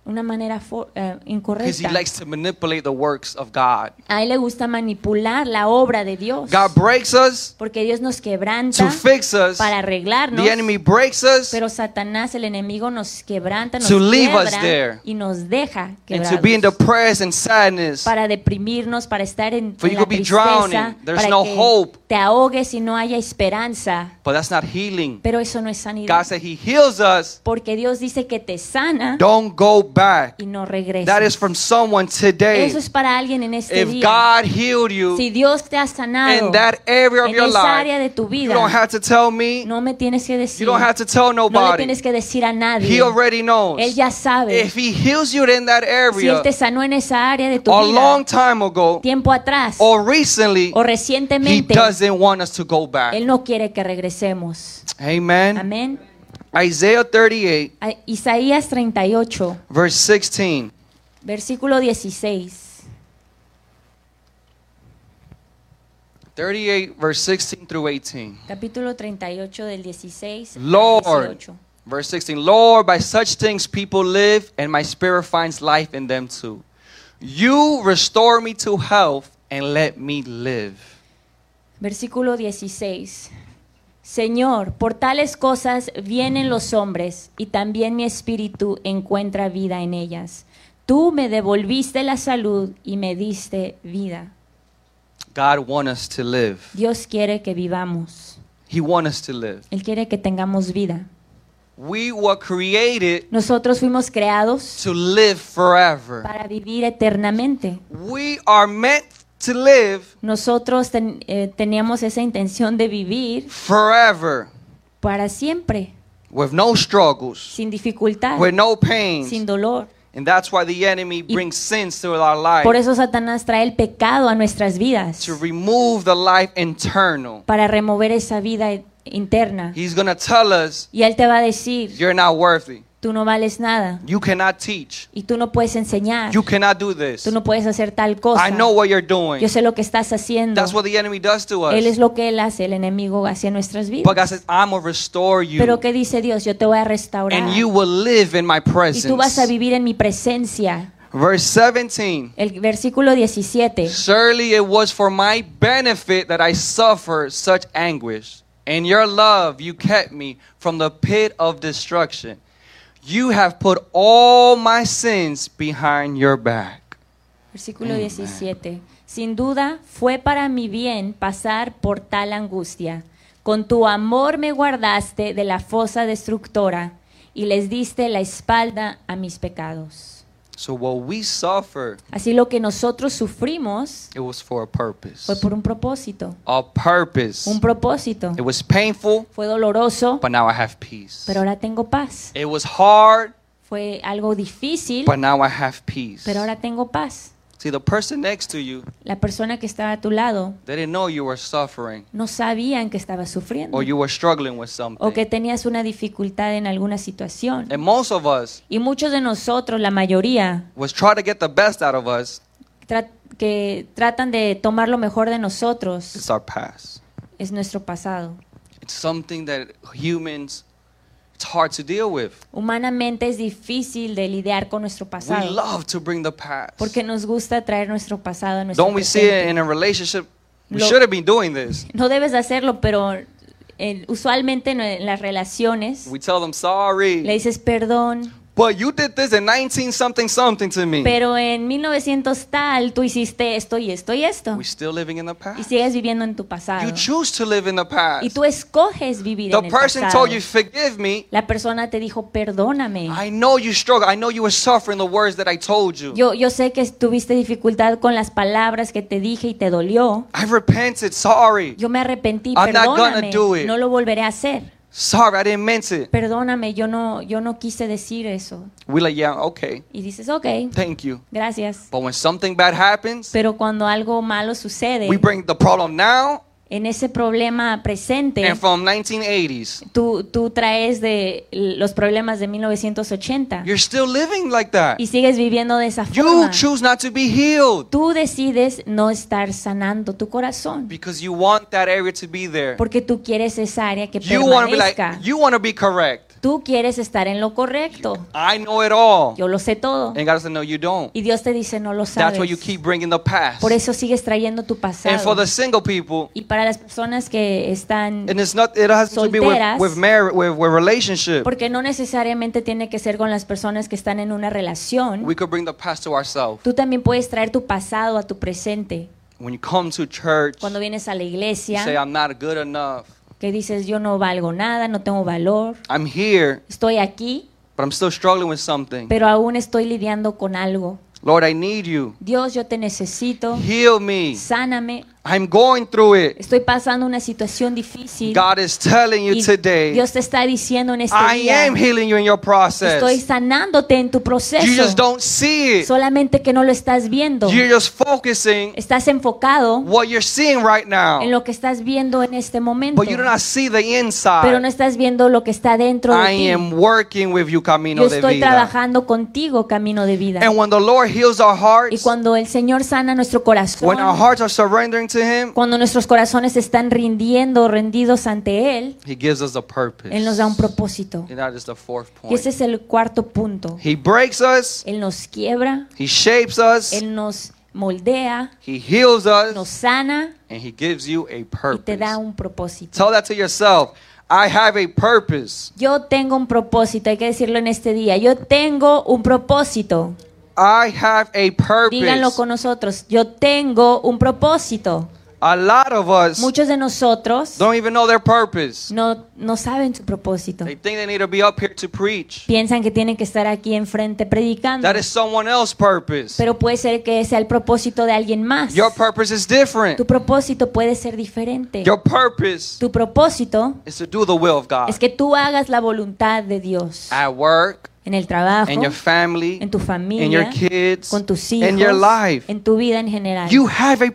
[SPEAKER 2] Una manera fo- eh,
[SPEAKER 1] Because he
[SPEAKER 2] incorrecta.
[SPEAKER 1] likes to manipulate the works of God.
[SPEAKER 2] A él le gusta manipular la obra de Dios.
[SPEAKER 1] God breaks us
[SPEAKER 2] Porque Dios nos
[SPEAKER 1] to
[SPEAKER 2] quebranta
[SPEAKER 1] fix us.
[SPEAKER 2] para
[SPEAKER 1] The
[SPEAKER 2] arreglarnos.
[SPEAKER 1] enemy breaks us
[SPEAKER 2] Pero Satanás, el enemigo, nos quebranta, nos
[SPEAKER 1] To leave us
[SPEAKER 2] quiebra
[SPEAKER 1] there.
[SPEAKER 2] y nos deja
[SPEAKER 1] and to be in
[SPEAKER 2] quebrados.
[SPEAKER 1] depressed and sadness.
[SPEAKER 2] Para deprimirnos, para estar en,
[SPEAKER 1] For
[SPEAKER 2] en
[SPEAKER 1] you
[SPEAKER 2] la
[SPEAKER 1] could be
[SPEAKER 2] tristeza,
[SPEAKER 1] drowning. There's
[SPEAKER 2] para
[SPEAKER 1] no
[SPEAKER 2] que
[SPEAKER 1] hope.
[SPEAKER 2] te ahogues y no haya esperanza.
[SPEAKER 1] But that's not healing.
[SPEAKER 2] Pero eso no es
[SPEAKER 1] God
[SPEAKER 2] sanidad.
[SPEAKER 1] said he heals us.
[SPEAKER 2] Porque Dios dice que te sana
[SPEAKER 1] Don't go back.
[SPEAKER 2] y no regresa.
[SPEAKER 1] That is from someone today.
[SPEAKER 2] Eso es para alguien en este
[SPEAKER 1] If
[SPEAKER 2] día.
[SPEAKER 1] God healed you
[SPEAKER 2] Si Dios te ha sanado
[SPEAKER 1] in that area of
[SPEAKER 2] en
[SPEAKER 1] your
[SPEAKER 2] esa área de
[SPEAKER 1] life,
[SPEAKER 2] tu
[SPEAKER 1] you
[SPEAKER 2] vida,
[SPEAKER 1] don't have to tell me.
[SPEAKER 2] no me tienes que decir,
[SPEAKER 1] You don't have to tell
[SPEAKER 2] no le
[SPEAKER 1] nobody.
[SPEAKER 2] tienes que decir a nadie.
[SPEAKER 1] He already knows.
[SPEAKER 2] Él ya sabe.
[SPEAKER 1] If he heals you in that
[SPEAKER 2] Si Él
[SPEAKER 1] area
[SPEAKER 2] te sanó en esa área de tu
[SPEAKER 1] a
[SPEAKER 2] vida,
[SPEAKER 1] long time ago
[SPEAKER 2] tiempo atrás
[SPEAKER 1] or recently,
[SPEAKER 2] o
[SPEAKER 1] he
[SPEAKER 2] recientemente,
[SPEAKER 1] doesn't want us to go back.
[SPEAKER 2] Él no quiere que regresemos.
[SPEAKER 1] Amen.
[SPEAKER 2] Amén.
[SPEAKER 1] Isaiah 38,
[SPEAKER 2] A- Ah, Isaías 38,
[SPEAKER 1] verse 16.
[SPEAKER 2] versículo 16.
[SPEAKER 1] 38, verse 16 through 18.
[SPEAKER 2] Capítulo 38 del 16 al
[SPEAKER 1] Lord,
[SPEAKER 2] 18.
[SPEAKER 1] verse 16. Lord, by such things people live, and my spirit finds life in them too. You restore me to health and let me live.
[SPEAKER 2] Versículo 16. Señor, por tales cosas vienen los hombres, y también mi espíritu encuentra vida en ellas. Tú me devolviste la salud y me diste vida.
[SPEAKER 1] God wants us to live.
[SPEAKER 2] Dios quiere que vivamos.
[SPEAKER 1] He wants us to live.
[SPEAKER 2] Él quiere que tengamos vida.
[SPEAKER 1] We were created
[SPEAKER 2] Nosotros fuimos creados
[SPEAKER 1] to live forever.
[SPEAKER 2] para vivir eternamente.
[SPEAKER 1] We are meant to live
[SPEAKER 2] Nosotros ten- eh, teníamos esa intención de vivir
[SPEAKER 1] forever
[SPEAKER 2] para siempre,
[SPEAKER 1] with no struggles,
[SPEAKER 2] sin dificultad,
[SPEAKER 1] with no
[SPEAKER 2] sin
[SPEAKER 1] pains.
[SPEAKER 2] dolor.
[SPEAKER 1] And that's why the enemy brings sins to our life
[SPEAKER 2] Por eso Satanás trae el pecado a nuestras vidas
[SPEAKER 1] to remove the life internal.
[SPEAKER 2] para remover esa vida i- interna.
[SPEAKER 1] He's going to tell us,
[SPEAKER 2] Y él te va a decir,
[SPEAKER 1] You're not worthy.
[SPEAKER 2] tú no vales nada
[SPEAKER 1] You cannot teach.
[SPEAKER 2] y tú no puedes enseñar,
[SPEAKER 1] You cannot do this.
[SPEAKER 2] tú no puedes hacer tal cosa.
[SPEAKER 1] I know what you're
[SPEAKER 2] Yo
[SPEAKER 1] doing.
[SPEAKER 2] sé lo que estás haciendo.
[SPEAKER 1] That's what the enemy does to
[SPEAKER 2] Él es
[SPEAKER 1] us.
[SPEAKER 2] lo que él hace, el enemigo hacia nuestras
[SPEAKER 1] But God
[SPEAKER 2] vidas.
[SPEAKER 1] says, I'm going to restore you
[SPEAKER 2] Pero que dice Dios, yo te voy a restaurar
[SPEAKER 1] and you will live in my
[SPEAKER 2] y tú vas a
[SPEAKER 1] presence.
[SPEAKER 2] vivir en mi presencia.
[SPEAKER 1] Verse 17.
[SPEAKER 2] El versículo 17.
[SPEAKER 1] Surely it was for my benefit that I suffered such anguish. In your love, you kept me from the pit of destruction. You have put all my sins behind your back.
[SPEAKER 2] Versículo 17. Sin duda fue para mi bien pasar por tal angustia. Con tu amor me guardaste de la fosa destructora y les diste la espalda a mis pecados.
[SPEAKER 1] So, what we suffer,
[SPEAKER 2] Así lo que nosotros sufrimos
[SPEAKER 1] it was for a purpose.
[SPEAKER 2] fue por un propósito.
[SPEAKER 1] A purpose.
[SPEAKER 2] Un propósito.
[SPEAKER 1] It was painful,
[SPEAKER 2] Fue doloroso,
[SPEAKER 1] but now I have peace.
[SPEAKER 2] pero ahora tengo paz.
[SPEAKER 1] It was hard,
[SPEAKER 2] Fue algo difícil,
[SPEAKER 1] but now I have peace.
[SPEAKER 2] pero ahora tengo paz.
[SPEAKER 1] See, the person next to you,
[SPEAKER 2] La persona que estaba a tu lado
[SPEAKER 1] they didn't know you were suffering
[SPEAKER 2] no sabían que estabas sufriendo
[SPEAKER 1] or you were struggling with something.
[SPEAKER 2] o que tenías una dificultad en alguna situación.
[SPEAKER 1] And most of us,
[SPEAKER 2] Y muchos de nosotros, la mayoría,
[SPEAKER 1] was try to get the best out of us
[SPEAKER 2] tra- que tratan de tomar lo mejor de
[SPEAKER 1] It's
[SPEAKER 2] nosotros,
[SPEAKER 1] our past.
[SPEAKER 2] es nuestro pasado.
[SPEAKER 1] It's something that humans, it's hard to deal with.
[SPEAKER 2] Humanamente es difícil de lidiar con nuestro
[SPEAKER 1] We
[SPEAKER 2] pasado,
[SPEAKER 1] love to bring the past.
[SPEAKER 2] porque nos gusta traer nuestro pasado a nuestro
[SPEAKER 1] Don't we see it
[SPEAKER 2] presente.
[SPEAKER 1] in a relationship? We
[SPEAKER 2] Lo-
[SPEAKER 1] shouldn't be doing this.
[SPEAKER 2] No debes de hacerlo, pero eh, usualmente en- en las relaciones
[SPEAKER 1] We tell them
[SPEAKER 2] le
[SPEAKER 1] sorry,
[SPEAKER 2] dices perdón,
[SPEAKER 1] but you did this in 19 something something to me.
[SPEAKER 2] pero en 1900 tal tú hiciste esto y esto y esto,
[SPEAKER 1] We're still living in the
[SPEAKER 2] y
[SPEAKER 1] past.
[SPEAKER 2] sigues viviendo en tu pasado.
[SPEAKER 1] You choose to live in the
[SPEAKER 2] Y
[SPEAKER 1] past.
[SPEAKER 2] tú escoges vivir
[SPEAKER 1] The
[SPEAKER 2] en el
[SPEAKER 1] person
[SPEAKER 2] pasado.
[SPEAKER 1] told you, forgive me.
[SPEAKER 2] La persona te dijo, perdóname.
[SPEAKER 1] I know you struggle. I know you were suffering the words that I told you.
[SPEAKER 2] Yo, yo sé que tuviste dificultad con las palabras que te dije y te dolió.
[SPEAKER 1] I repented. Sorry.
[SPEAKER 2] Yo me arrepentí,
[SPEAKER 1] I'm not gonna
[SPEAKER 2] perdóname.
[SPEAKER 1] do it.
[SPEAKER 2] No lo volveré a hacer.
[SPEAKER 1] Sorry, I didn't mean it.
[SPEAKER 2] Perdóname, yo no, yo no quise decir eso.
[SPEAKER 1] We're like, yeah, okay.
[SPEAKER 2] Y dices, ok,
[SPEAKER 1] Thank you.
[SPEAKER 2] gracias.
[SPEAKER 1] But when something bad happens,
[SPEAKER 2] Pero cuando algo malo sucede,
[SPEAKER 1] we bring the problem now
[SPEAKER 2] en ese problema presente,
[SPEAKER 1] and from 1980s.
[SPEAKER 2] tú, tú traes de los problemas de 1980
[SPEAKER 1] You're still living like that.
[SPEAKER 2] y sigues viviendo de esa
[SPEAKER 1] You
[SPEAKER 2] forma.
[SPEAKER 1] choose not to be healed
[SPEAKER 2] Tú decides no estar sanando tu corazón
[SPEAKER 1] because you want that area to be there.
[SPEAKER 2] porque tú quieres esa área que
[SPEAKER 1] You want to be like
[SPEAKER 2] permanezca.
[SPEAKER 1] you want to be correct.
[SPEAKER 2] Tú quieres estar en lo correcto.
[SPEAKER 1] I know it all.
[SPEAKER 2] Yo lo sé todo.
[SPEAKER 1] And God said no you don't.
[SPEAKER 2] Y Dios te dice, no lo
[SPEAKER 1] That's why
[SPEAKER 2] sabes.
[SPEAKER 1] you keep bringing the past.
[SPEAKER 2] Por eso sigues trayendo tu
[SPEAKER 1] And for
[SPEAKER 2] pasado.
[SPEAKER 1] the single people,
[SPEAKER 2] Y para las personas que están...
[SPEAKER 1] and it's not it has to be with
[SPEAKER 2] Solteras.
[SPEAKER 1] with marriage with, with relationship.
[SPEAKER 2] Porque no necesariamente tiene que ser con las personas que están en una relación.
[SPEAKER 1] We could bring the past to ourselves.
[SPEAKER 2] Tú también puedes traer tu pasado a tu presente.
[SPEAKER 1] When you come to church,
[SPEAKER 2] Cuando vienes a la
[SPEAKER 1] you say "Ah".
[SPEAKER 2] iglesia,
[SPEAKER 1] I'm not good enough.
[SPEAKER 2] que dices, yo no valgo nada, no tengo valor,
[SPEAKER 1] I'm here,
[SPEAKER 2] estoy aquí,
[SPEAKER 1] but I'm still struggling with something.
[SPEAKER 2] pero aún estoy lidiando con algo.
[SPEAKER 1] Lord, I need you.
[SPEAKER 2] Dios, yo te necesito,
[SPEAKER 1] Heal me.
[SPEAKER 2] sáname,
[SPEAKER 1] I'm going through it.
[SPEAKER 2] estoy pasando una situación difícil.
[SPEAKER 1] God is telling you
[SPEAKER 2] Y
[SPEAKER 1] today,
[SPEAKER 2] Dios te está diciendo en este
[SPEAKER 1] I
[SPEAKER 2] día,
[SPEAKER 1] am healing you in your
[SPEAKER 2] estoy
[SPEAKER 1] process.
[SPEAKER 2] sanándote en tu
[SPEAKER 1] You just
[SPEAKER 2] proceso,
[SPEAKER 1] don't see it.
[SPEAKER 2] solamente que no lo estás viendo.
[SPEAKER 1] You're just focusing
[SPEAKER 2] Estás enfocado
[SPEAKER 1] what you're seeing right
[SPEAKER 2] en
[SPEAKER 1] now,
[SPEAKER 2] lo que estás viendo en este momento,
[SPEAKER 1] but you do not see the
[SPEAKER 2] pero no
[SPEAKER 1] inside.
[SPEAKER 2] estás viendo lo que está dentro de
[SPEAKER 1] I
[SPEAKER 2] ti.
[SPEAKER 1] am working with you,
[SPEAKER 2] Yo
[SPEAKER 1] Camino de
[SPEAKER 2] estoy
[SPEAKER 1] Vida.
[SPEAKER 2] trabajando contigo, camino de vida.
[SPEAKER 1] And when the Lord heals our
[SPEAKER 2] Y
[SPEAKER 1] hearts,
[SPEAKER 2] cuando el Señor sana nuestro corazón,
[SPEAKER 1] when our hearts are surrendering to Him,
[SPEAKER 2] cuando nuestros corazones están rindiendo, rendidos ante Él,
[SPEAKER 1] He gives us a purpose.
[SPEAKER 2] Él nos da
[SPEAKER 1] Pues,
[SPEAKER 2] un propósito.
[SPEAKER 1] And that is the fourth
[SPEAKER 2] Y ese
[SPEAKER 1] point.
[SPEAKER 2] es el cuarto punto.
[SPEAKER 1] He breaks us,
[SPEAKER 2] Él nos quiebra,
[SPEAKER 1] He shapes us,
[SPEAKER 2] Él nos moldea,
[SPEAKER 1] He heals
[SPEAKER 2] nos
[SPEAKER 1] us,
[SPEAKER 2] sana
[SPEAKER 1] and He gives you a
[SPEAKER 2] y te da
[SPEAKER 1] purpose.
[SPEAKER 2] un propósito.
[SPEAKER 1] Tell that to yourself. I have a purpose.
[SPEAKER 2] Yo tengo un propósito, hay que decirlo en este día. Yo tengo un propósito.
[SPEAKER 1] I have a
[SPEAKER 2] Díganlo
[SPEAKER 1] purpose.
[SPEAKER 2] con nosotros. Yo tengo un propósito.
[SPEAKER 1] A lot of us
[SPEAKER 2] Muchos de nosotros
[SPEAKER 1] don't even know their purpose.
[SPEAKER 2] no, no saben su propósito.
[SPEAKER 1] They think they need to be up here to preach.
[SPEAKER 2] Piensan que tienen que estar aquí enfrente predicando.
[SPEAKER 1] That is someone else's purpose.
[SPEAKER 2] Pero puede ser que sea el propósito de alguien más.
[SPEAKER 1] Your purpose is different.
[SPEAKER 2] Tu propósito puede ser diferente.
[SPEAKER 1] Your Ah. purpose
[SPEAKER 2] Tu propósito
[SPEAKER 1] is to do the will of God
[SPEAKER 2] es que tú hagas la voluntad de Dios
[SPEAKER 1] at work,
[SPEAKER 2] en el trabajo,
[SPEAKER 1] in Ah. your family,
[SPEAKER 2] en Uh-huh. tu
[SPEAKER 1] in your
[SPEAKER 2] familia,
[SPEAKER 1] kids,
[SPEAKER 2] con tus hijos,
[SPEAKER 1] in your life.
[SPEAKER 2] en tu vida en general.
[SPEAKER 1] You have a
[SPEAKER 2] Porque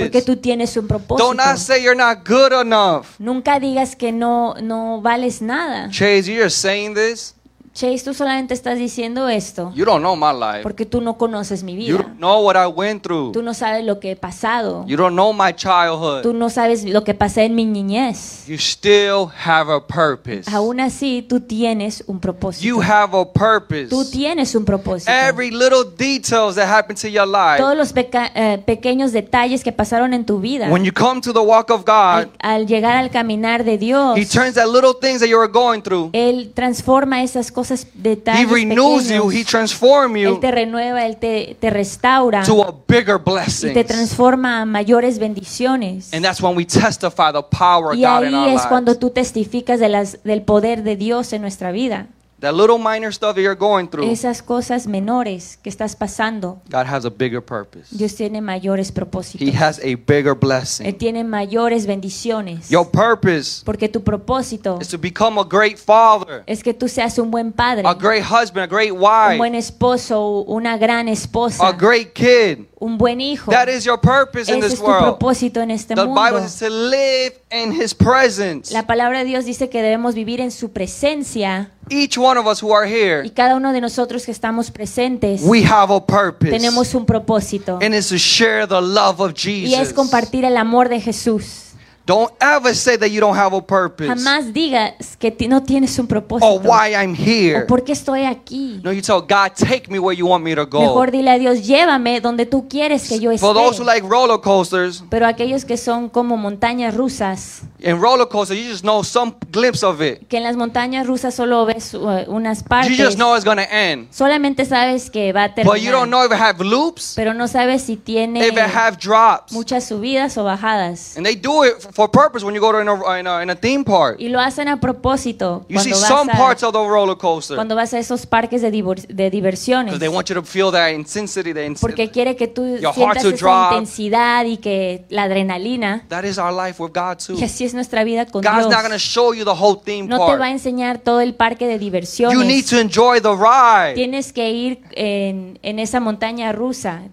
[SPEAKER 1] purpose.
[SPEAKER 2] tú tienes un propósito.
[SPEAKER 1] Don't not say you're not good enough.
[SPEAKER 2] Nunca digas que no, no vales nada.
[SPEAKER 1] Chase, you're saying this.
[SPEAKER 2] Uh-huh. Chase, tú solamente estás diciendo esto
[SPEAKER 1] You don't know my life.
[SPEAKER 2] porque tú no conoces mi
[SPEAKER 1] You
[SPEAKER 2] vida.
[SPEAKER 1] don't know what I went through.
[SPEAKER 2] Tú no sabes lo que he pasado.
[SPEAKER 1] You don't know my
[SPEAKER 2] Tú
[SPEAKER 1] childhood.
[SPEAKER 2] no sabes lo que pasé en mi niñez.
[SPEAKER 1] You still have a purpose.
[SPEAKER 2] Aún así, tú tienes un
[SPEAKER 1] You
[SPEAKER 2] propósito.
[SPEAKER 1] have a
[SPEAKER 2] Tú
[SPEAKER 1] purpose.
[SPEAKER 2] tienes un propósito.
[SPEAKER 1] Every little details that happen to your life.
[SPEAKER 2] Todos los peca- eh, pequeños detalles que pasaron en tu vida.
[SPEAKER 1] When you come to the walk of God,
[SPEAKER 2] Al, al llegar al caminar de Dios,
[SPEAKER 1] He turns that little things that you were going through.
[SPEAKER 2] Él transforma esas cosas,
[SPEAKER 1] He
[SPEAKER 2] detalles
[SPEAKER 1] renews you. He
[SPEAKER 2] pequeños.
[SPEAKER 1] transforms
[SPEAKER 2] Él
[SPEAKER 1] you
[SPEAKER 2] te renueva, Él te, te restaura
[SPEAKER 1] to a bigger
[SPEAKER 2] y te
[SPEAKER 1] blessing.
[SPEAKER 2] transforma a mayores bendiciones.
[SPEAKER 1] And that's when we testify the power of
[SPEAKER 2] Y
[SPEAKER 1] God in
[SPEAKER 2] ahí
[SPEAKER 1] our
[SPEAKER 2] es cuando
[SPEAKER 1] lives.
[SPEAKER 2] tú testificas de las, del poder de Dios en nuestra vida.
[SPEAKER 1] That little minor stuff that you're going through,
[SPEAKER 2] Esas cosas menores que estás pasando,
[SPEAKER 1] God has a bigger purpose.
[SPEAKER 2] Dios tiene mayores propósitos.
[SPEAKER 1] He has a bigger
[SPEAKER 2] Él
[SPEAKER 1] blessing.
[SPEAKER 2] tiene mayores bendiciones.
[SPEAKER 1] Your purpose
[SPEAKER 2] Porque tu propósito
[SPEAKER 1] is to become a great father,
[SPEAKER 2] es que tú seas un buen padre,
[SPEAKER 1] a great husband, a great
[SPEAKER 2] un
[SPEAKER 1] wife,
[SPEAKER 2] buen esposo, una gran
[SPEAKER 1] a
[SPEAKER 2] esposa,
[SPEAKER 1] great kid.
[SPEAKER 2] un buen hijo.
[SPEAKER 1] That is your purpose in
[SPEAKER 2] Ese es
[SPEAKER 1] this
[SPEAKER 2] tu
[SPEAKER 1] world.
[SPEAKER 2] propósito en este
[SPEAKER 1] The Bible
[SPEAKER 2] mundo.
[SPEAKER 1] is to live in His presence.
[SPEAKER 2] La palabra de Dios dice que debemos vivir en su presencia
[SPEAKER 1] Each one of us who are here,
[SPEAKER 2] y cada uno de nosotros que estamos presentes
[SPEAKER 1] we have a purpose,
[SPEAKER 2] tenemos un propósito.
[SPEAKER 1] and it's to share the love of
[SPEAKER 2] y es
[SPEAKER 1] Jesus.
[SPEAKER 2] compartir el amor de Jesús.
[SPEAKER 1] Don't ever say that you don't have a purpose
[SPEAKER 2] Jamás digas que ti- no tienes un propósito
[SPEAKER 1] or Oh, why I'm
[SPEAKER 2] o
[SPEAKER 1] here.
[SPEAKER 2] por qué estoy aquí.
[SPEAKER 1] No, you tell God, take me where you want me to go. Pues,
[SPEAKER 2] Mejor dile a Dios, llévame donde tú quieres que yo esté.
[SPEAKER 1] For those who like roller coasters,
[SPEAKER 2] Pero aquellos que son como montañas rusas,
[SPEAKER 1] in roller coaster, you just know some glimpse of it.
[SPEAKER 2] que en las montañas rusas solo ves uh, unas partes,
[SPEAKER 1] You just know it's gonna end,
[SPEAKER 2] solamente sabes que va a terminar,
[SPEAKER 1] but you don't know if it have loops,
[SPEAKER 2] pero no sabes si tiene
[SPEAKER 1] if it have drops,
[SPEAKER 2] muchas subidas o bajadas.
[SPEAKER 1] and they do it for for purpose when you go to in a, in a, in a theme park.
[SPEAKER 2] Y lo hacen a propósito
[SPEAKER 1] You see
[SPEAKER 2] cuando
[SPEAKER 1] some
[SPEAKER 2] vas,
[SPEAKER 1] parts
[SPEAKER 2] a,
[SPEAKER 1] of the roller coaster
[SPEAKER 2] cuando vas a esos parques de, divor- de diversiones.
[SPEAKER 1] because they want you to feel that intensity. That,
[SPEAKER 2] Porque quiere que tú
[SPEAKER 1] heart
[SPEAKER 2] sientas
[SPEAKER 1] to
[SPEAKER 2] esa
[SPEAKER 1] drop.
[SPEAKER 2] intensidad y que la adrenalina.
[SPEAKER 1] that is our life with God too.
[SPEAKER 2] Y así es nuestra vida con
[SPEAKER 1] God's not going to
[SPEAKER 2] Dios.
[SPEAKER 1] show you the whole theme
[SPEAKER 2] No te va a
[SPEAKER 1] park.
[SPEAKER 2] enseñar todo el parque de
[SPEAKER 1] You need
[SPEAKER 2] diversiones.
[SPEAKER 1] to enjoy the ride.
[SPEAKER 2] Tienes que ir en, en esa montaña rusa,
[SPEAKER 1] Enjoy it.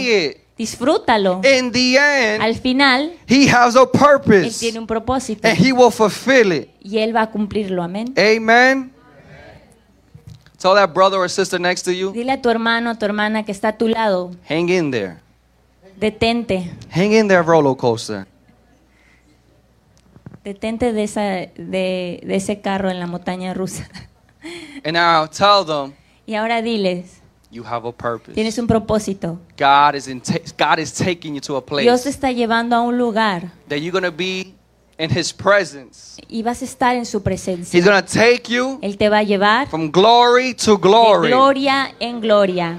[SPEAKER 2] divertirte. Disfrútalo.
[SPEAKER 1] In the end,
[SPEAKER 2] Al final,
[SPEAKER 1] He has a
[SPEAKER 2] Él
[SPEAKER 1] purpose
[SPEAKER 2] tiene un propósito
[SPEAKER 1] and He will fulfill it.
[SPEAKER 2] y Él va a cumplirlo. Amén.
[SPEAKER 1] Amen. Tell that brother or sister next to you,
[SPEAKER 2] Dile a tu hermano, a tu hermana que está a tu lado,
[SPEAKER 1] hang in there.
[SPEAKER 2] detente,
[SPEAKER 1] Hang in there, roller coaster.
[SPEAKER 2] detente de, esa, de, de ese carro en la montaña rusa.
[SPEAKER 1] And now tell them
[SPEAKER 2] Y ahora diles,
[SPEAKER 1] you have a
[SPEAKER 2] tienes
[SPEAKER 1] purpose.
[SPEAKER 2] un propósito.
[SPEAKER 1] God is in God is taking you to a
[SPEAKER 2] Dios te
[SPEAKER 1] place
[SPEAKER 2] está llevando a un lugar
[SPEAKER 1] that you're gonna be in His presence.
[SPEAKER 2] y vas a estar en su
[SPEAKER 1] He's
[SPEAKER 2] presencia.
[SPEAKER 1] gonna take you
[SPEAKER 2] Él te va a llevar
[SPEAKER 1] from glory to
[SPEAKER 2] Eh. de
[SPEAKER 1] glory.
[SPEAKER 2] gloria en gloria.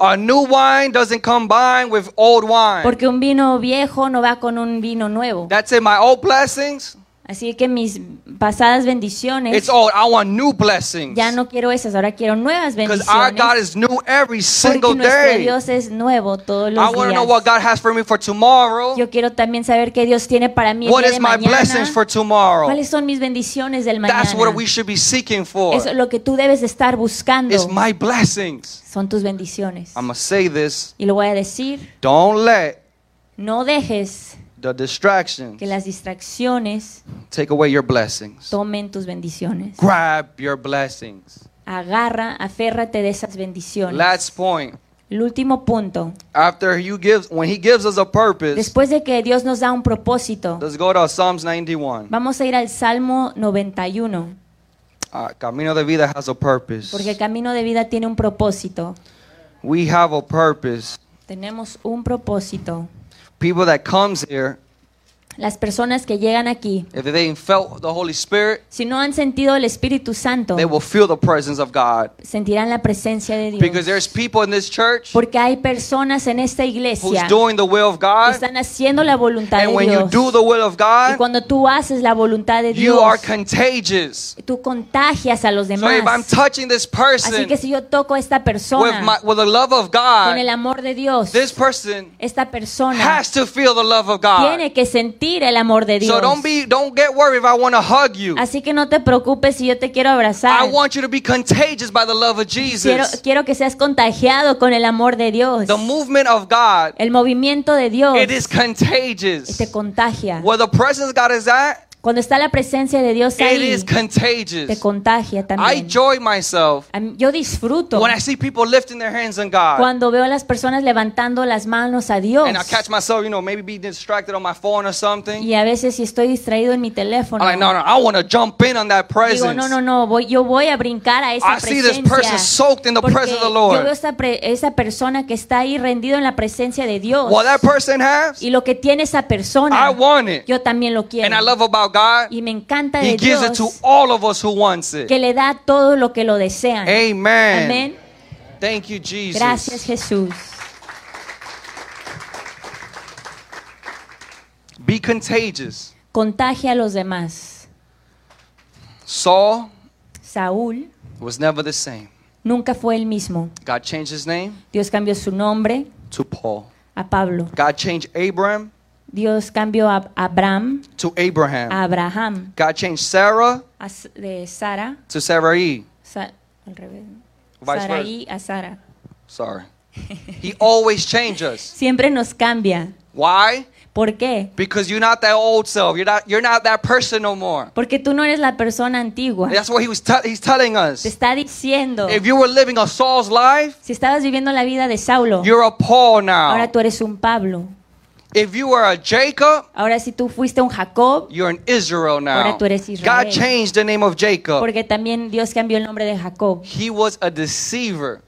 [SPEAKER 1] A new wine doesn't combine with old wine.
[SPEAKER 2] Porque un vino viejo no va con un vino nuevo.
[SPEAKER 1] That's it. My old blessings,
[SPEAKER 2] Así que mis pasadas bendiciones,
[SPEAKER 1] it's old. I want new blessings.
[SPEAKER 2] ya no quiero esas, ahora quiero nuevas
[SPEAKER 1] Because our God
[SPEAKER 2] bendiciones.
[SPEAKER 1] is new every
[SPEAKER 2] Porque
[SPEAKER 1] single
[SPEAKER 2] nuestro
[SPEAKER 1] day.
[SPEAKER 2] Dios es nuevo todos
[SPEAKER 1] I
[SPEAKER 2] los
[SPEAKER 1] want to know what
[SPEAKER 2] días.
[SPEAKER 1] God has for me for tomorrow.
[SPEAKER 2] Yo quiero también saber qué Dios tiene para mí el
[SPEAKER 1] What
[SPEAKER 2] día
[SPEAKER 1] is
[SPEAKER 2] de
[SPEAKER 1] my
[SPEAKER 2] mañana.
[SPEAKER 1] blessings for tomorrow?
[SPEAKER 2] ¿Cuáles son mis bendiciones del mañana?
[SPEAKER 1] That's what we should be seeking for.
[SPEAKER 2] Eso es lo que tú debes de estar buscando.
[SPEAKER 1] It's my blessings.
[SPEAKER 2] Son tus bendiciones.
[SPEAKER 1] I'm going to say this.
[SPEAKER 2] Y lo voy a decir,
[SPEAKER 1] Don't let
[SPEAKER 2] no dejes
[SPEAKER 1] the distractions
[SPEAKER 2] que las distracciones
[SPEAKER 1] take away your blessings.
[SPEAKER 2] tomen tus bendiciones.
[SPEAKER 1] Grab your blessings.
[SPEAKER 2] Agarra, aférrate de esas bendiciones.
[SPEAKER 1] Last point.
[SPEAKER 2] El último punto.
[SPEAKER 1] After you gives, when he gives us a purpose,
[SPEAKER 2] Después de que Dios nos da un propósito,
[SPEAKER 1] let's go to Psalms 91.
[SPEAKER 2] vamos a ir al Salmo 91,
[SPEAKER 1] Uh, Camino de vida has a purpose.
[SPEAKER 2] porque el camino de vida tiene un propósito.
[SPEAKER 1] We have a purpose.
[SPEAKER 2] Tenemos un propósito.
[SPEAKER 1] People that comes here,
[SPEAKER 2] Las personas que llegan aquí,
[SPEAKER 1] if they ain't felt the Holy Spirit,
[SPEAKER 2] si no han sentido el Espíritu Santo,
[SPEAKER 1] they will feel the presence of God.
[SPEAKER 2] sentirán la presencia de
[SPEAKER 1] Because
[SPEAKER 2] Dios.
[SPEAKER 1] there's people in this church
[SPEAKER 2] Porque hay personas en esta
[SPEAKER 1] who's
[SPEAKER 2] iglesia que
[SPEAKER 1] doing the will of God.
[SPEAKER 2] están haciendo la voluntad
[SPEAKER 1] And
[SPEAKER 2] de
[SPEAKER 1] when you
[SPEAKER 2] Dios.
[SPEAKER 1] do the will of
[SPEAKER 2] Y
[SPEAKER 1] God,
[SPEAKER 2] cuando tú haces la voluntad de
[SPEAKER 1] you
[SPEAKER 2] Dios,
[SPEAKER 1] are contagious.
[SPEAKER 2] tú contagias a los
[SPEAKER 1] So if I'm
[SPEAKER 2] demás.
[SPEAKER 1] touching this
[SPEAKER 2] Así
[SPEAKER 1] person
[SPEAKER 2] que si yo toco a esta
[SPEAKER 1] with,
[SPEAKER 2] persona
[SPEAKER 1] my, with the love of
[SPEAKER 2] con el
[SPEAKER 1] God,
[SPEAKER 2] amor de Dios,
[SPEAKER 1] this person
[SPEAKER 2] esta persona
[SPEAKER 1] has to feel the love of God.
[SPEAKER 2] tiene que sentir el amor de Dios.
[SPEAKER 1] So don't be, don't get worried if I want to hug you.
[SPEAKER 2] Así que no te preocupes si yo te quiero abrazar.
[SPEAKER 1] I want you to be contagious by the love of
[SPEAKER 2] Quiero,
[SPEAKER 1] Jesus.
[SPEAKER 2] quiero que seas contagiado con el amor de Dios.
[SPEAKER 1] The movement of God,
[SPEAKER 2] El movimiento de Dios
[SPEAKER 1] it is contagious.
[SPEAKER 2] te contagia.
[SPEAKER 1] Where the presence of God is at,
[SPEAKER 2] Cuando está la presencia de Dios
[SPEAKER 1] it
[SPEAKER 2] ahí,
[SPEAKER 1] is
[SPEAKER 2] te
[SPEAKER 1] contagious.
[SPEAKER 2] contagia
[SPEAKER 1] I
[SPEAKER 2] también.
[SPEAKER 1] enjoy myself
[SPEAKER 2] A mí- Yo disfruto
[SPEAKER 1] when I see people lifting their hands on God.
[SPEAKER 2] cuando veo a las personas levantando las manos a Dios.
[SPEAKER 1] And I catch myself, you know, maybe be distracted on my phone or something.
[SPEAKER 2] Y a veces si estoy distraído en mi teléfono,
[SPEAKER 1] I'm like, no, no, I want to jump in on that
[SPEAKER 2] digo, no, no,
[SPEAKER 1] presence.
[SPEAKER 2] no, voy, yo voy a brincar a esa
[SPEAKER 1] I see this
[SPEAKER 2] presencia.
[SPEAKER 1] person soaked in the
[SPEAKER 2] Porque
[SPEAKER 1] presence of the
[SPEAKER 2] yo veo
[SPEAKER 1] Lord.
[SPEAKER 2] esa, pre- esa persona que está ahí rendido en la presencia de Dios.
[SPEAKER 1] What that person has,
[SPEAKER 2] Y lo que tiene esa persona,
[SPEAKER 1] I want it.
[SPEAKER 2] yo también lo quiero.
[SPEAKER 1] And I love about God,
[SPEAKER 2] y me encanta
[SPEAKER 1] He
[SPEAKER 2] de
[SPEAKER 1] gives it
[SPEAKER 2] Dios
[SPEAKER 1] to all of us who wants
[SPEAKER 2] que
[SPEAKER 1] it.
[SPEAKER 2] le da todo lo que lo desean.
[SPEAKER 1] Amen.
[SPEAKER 2] Amén.
[SPEAKER 1] Thank you,
[SPEAKER 2] Gracias
[SPEAKER 1] Jesus.
[SPEAKER 2] Jesús.
[SPEAKER 1] Be contagious.
[SPEAKER 2] Contagia a los demás.
[SPEAKER 1] Saul
[SPEAKER 2] Saúl
[SPEAKER 1] was never the same.
[SPEAKER 2] nunca fue el mismo.
[SPEAKER 1] God changed his name
[SPEAKER 2] Dios cambió su nombre
[SPEAKER 1] to Paul.
[SPEAKER 2] a Pablo.
[SPEAKER 1] God changed Abram
[SPEAKER 2] Dios cambió a Abraham
[SPEAKER 1] to Abraham.
[SPEAKER 2] a Abraham,
[SPEAKER 1] God changed Sarah
[SPEAKER 2] a S- de Sara,
[SPEAKER 1] to Sarai.
[SPEAKER 2] Sa- al revés, ¿no?
[SPEAKER 1] Vice
[SPEAKER 2] Saraí a Sara.
[SPEAKER 1] Sorry. He always changes us.
[SPEAKER 2] Siempre nos cambia.
[SPEAKER 1] Why?
[SPEAKER 2] ¿Por qué?
[SPEAKER 1] Because you're not that old self. You're not you're not that person no more.
[SPEAKER 2] Porque tú no eres la persona antigua.
[SPEAKER 1] That's what he was tell he's telling us.
[SPEAKER 2] Te está diciendo,
[SPEAKER 1] If you were living a Saul's life,
[SPEAKER 2] si estabas viviendo la vida de Saulo,
[SPEAKER 1] you're a Paul now.
[SPEAKER 2] ahora tú eres un Pablo.
[SPEAKER 1] If you were a Jacob,
[SPEAKER 2] Ahora si tú fuiste un Jacob,
[SPEAKER 1] you're an Israel now.
[SPEAKER 2] Ahora tú eres Israel.
[SPEAKER 1] God changed the name of Jacob.
[SPEAKER 2] porque también Dios cambió el nombre de Jacob,
[SPEAKER 1] He was a deceiver.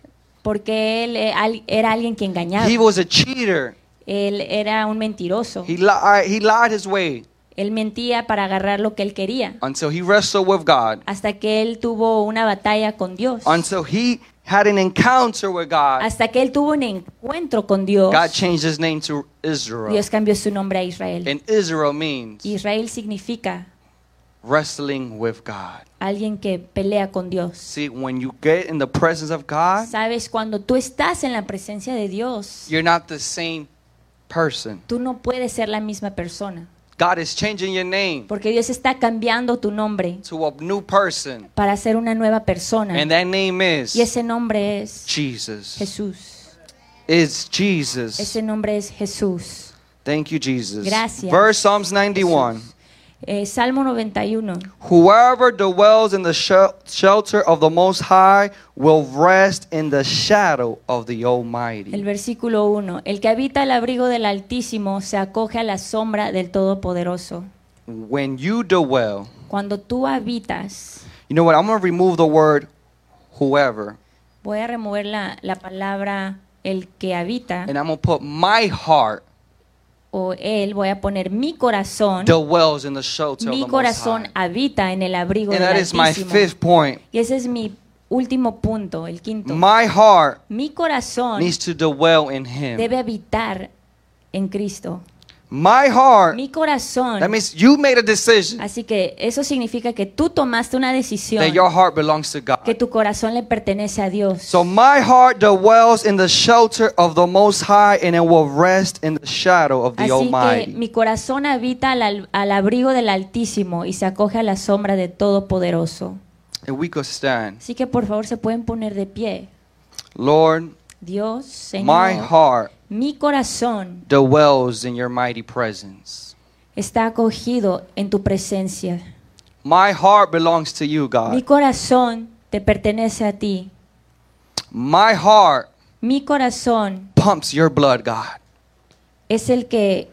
[SPEAKER 2] porque él eh, al- era alguien que engañaba,
[SPEAKER 1] He was a cheater.
[SPEAKER 2] él era un mentiroso,
[SPEAKER 1] He lied, he lied his way
[SPEAKER 2] él mentía para agarrar lo que él quería,
[SPEAKER 1] until he wrestled with God,
[SPEAKER 2] hasta que él tuvo una batalla con Dios.
[SPEAKER 1] until he had an encounter with God,
[SPEAKER 2] Hasta que él tuvo un encuentro con Dios,
[SPEAKER 1] God changed his name to Israel.
[SPEAKER 2] Dios cambió su nombre a Israel.
[SPEAKER 1] And Israel means
[SPEAKER 2] Israel significa
[SPEAKER 1] wrestling with God.
[SPEAKER 2] alguien que pelea con Dios.
[SPEAKER 1] See, when you get in the presence of God,
[SPEAKER 2] Sabes, cuando tú estás en la presencia de Dios,
[SPEAKER 1] you're not the same person.
[SPEAKER 2] tú no puedes ser la misma persona,
[SPEAKER 1] God is changing your name
[SPEAKER 2] porque Dios está cambiando tu nombre
[SPEAKER 1] to a new person.
[SPEAKER 2] para ser una nueva
[SPEAKER 1] And
[SPEAKER 2] persona.
[SPEAKER 1] that name
[SPEAKER 2] Y
[SPEAKER 1] is
[SPEAKER 2] ese nombre es
[SPEAKER 1] Jesus.
[SPEAKER 2] Jesús.
[SPEAKER 1] It's Jesus.
[SPEAKER 2] Ese nombre es Jesús.
[SPEAKER 1] Thank you, Jesus.
[SPEAKER 2] Gracias.
[SPEAKER 1] Verse Psalms 91.
[SPEAKER 2] Jesús. Eh, Salmo 91.
[SPEAKER 1] Whoever dwells in the shel- shelter of the Most High will rest in the shadow of the
[SPEAKER 2] El
[SPEAKER 1] Almighty.
[SPEAKER 2] versículo 1. El que habita el abrigo del Altísimo se acoge a la sombra del Todopoderoso.
[SPEAKER 1] When you dwell,
[SPEAKER 2] Cuando tú habitas,
[SPEAKER 1] you know what? I'm going to remove the word whoever
[SPEAKER 2] voy a remover la, la palabra el que habita
[SPEAKER 1] and I'm going to put my heart
[SPEAKER 2] o él, voy a poner mi corazón.
[SPEAKER 1] dwells in the shelter
[SPEAKER 2] Mi
[SPEAKER 1] of the Most
[SPEAKER 2] corazón
[SPEAKER 1] High.
[SPEAKER 2] habita en el abrigo
[SPEAKER 1] And
[SPEAKER 2] del
[SPEAKER 1] that is my
[SPEAKER 2] Altísimo.
[SPEAKER 1] fifth point.
[SPEAKER 2] Y ese es mi último punto, el quinto.
[SPEAKER 1] My heart
[SPEAKER 2] Mi corazón
[SPEAKER 1] needs to dwell in Him.
[SPEAKER 2] debe habitar en Cristo.
[SPEAKER 1] My heart,
[SPEAKER 2] Mi corazón.
[SPEAKER 1] that means you made a decision
[SPEAKER 2] Así que eso significa que tú tomaste una decisión
[SPEAKER 1] that your heart belongs to
[SPEAKER 2] que
[SPEAKER 1] God.
[SPEAKER 2] tu corazón le pertenece a Dios.
[SPEAKER 1] So my heart dwells in the shelter of the Most High, and it will rest in the shadow of the
[SPEAKER 2] Así que
[SPEAKER 1] Almighty.
[SPEAKER 2] mi corazón habita al, al- al abrigo del Altísimo y se acoge a la sombra de Todopoderoso.
[SPEAKER 1] And we could stand.
[SPEAKER 2] Así que por favor se pueden poner de pie.
[SPEAKER 1] Lord,
[SPEAKER 2] Dios, Señor,
[SPEAKER 1] my heart
[SPEAKER 2] mi corazón
[SPEAKER 1] dwells in your mighty presence.
[SPEAKER 2] está acogido en tu presencia.
[SPEAKER 1] My heart belongs to you,
[SPEAKER 2] Mi
[SPEAKER 1] God.
[SPEAKER 2] corazón te pertenece a ti.
[SPEAKER 1] My heart
[SPEAKER 2] Mi corazón
[SPEAKER 1] pumps your blood, God.
[SPEAKER 2] es el que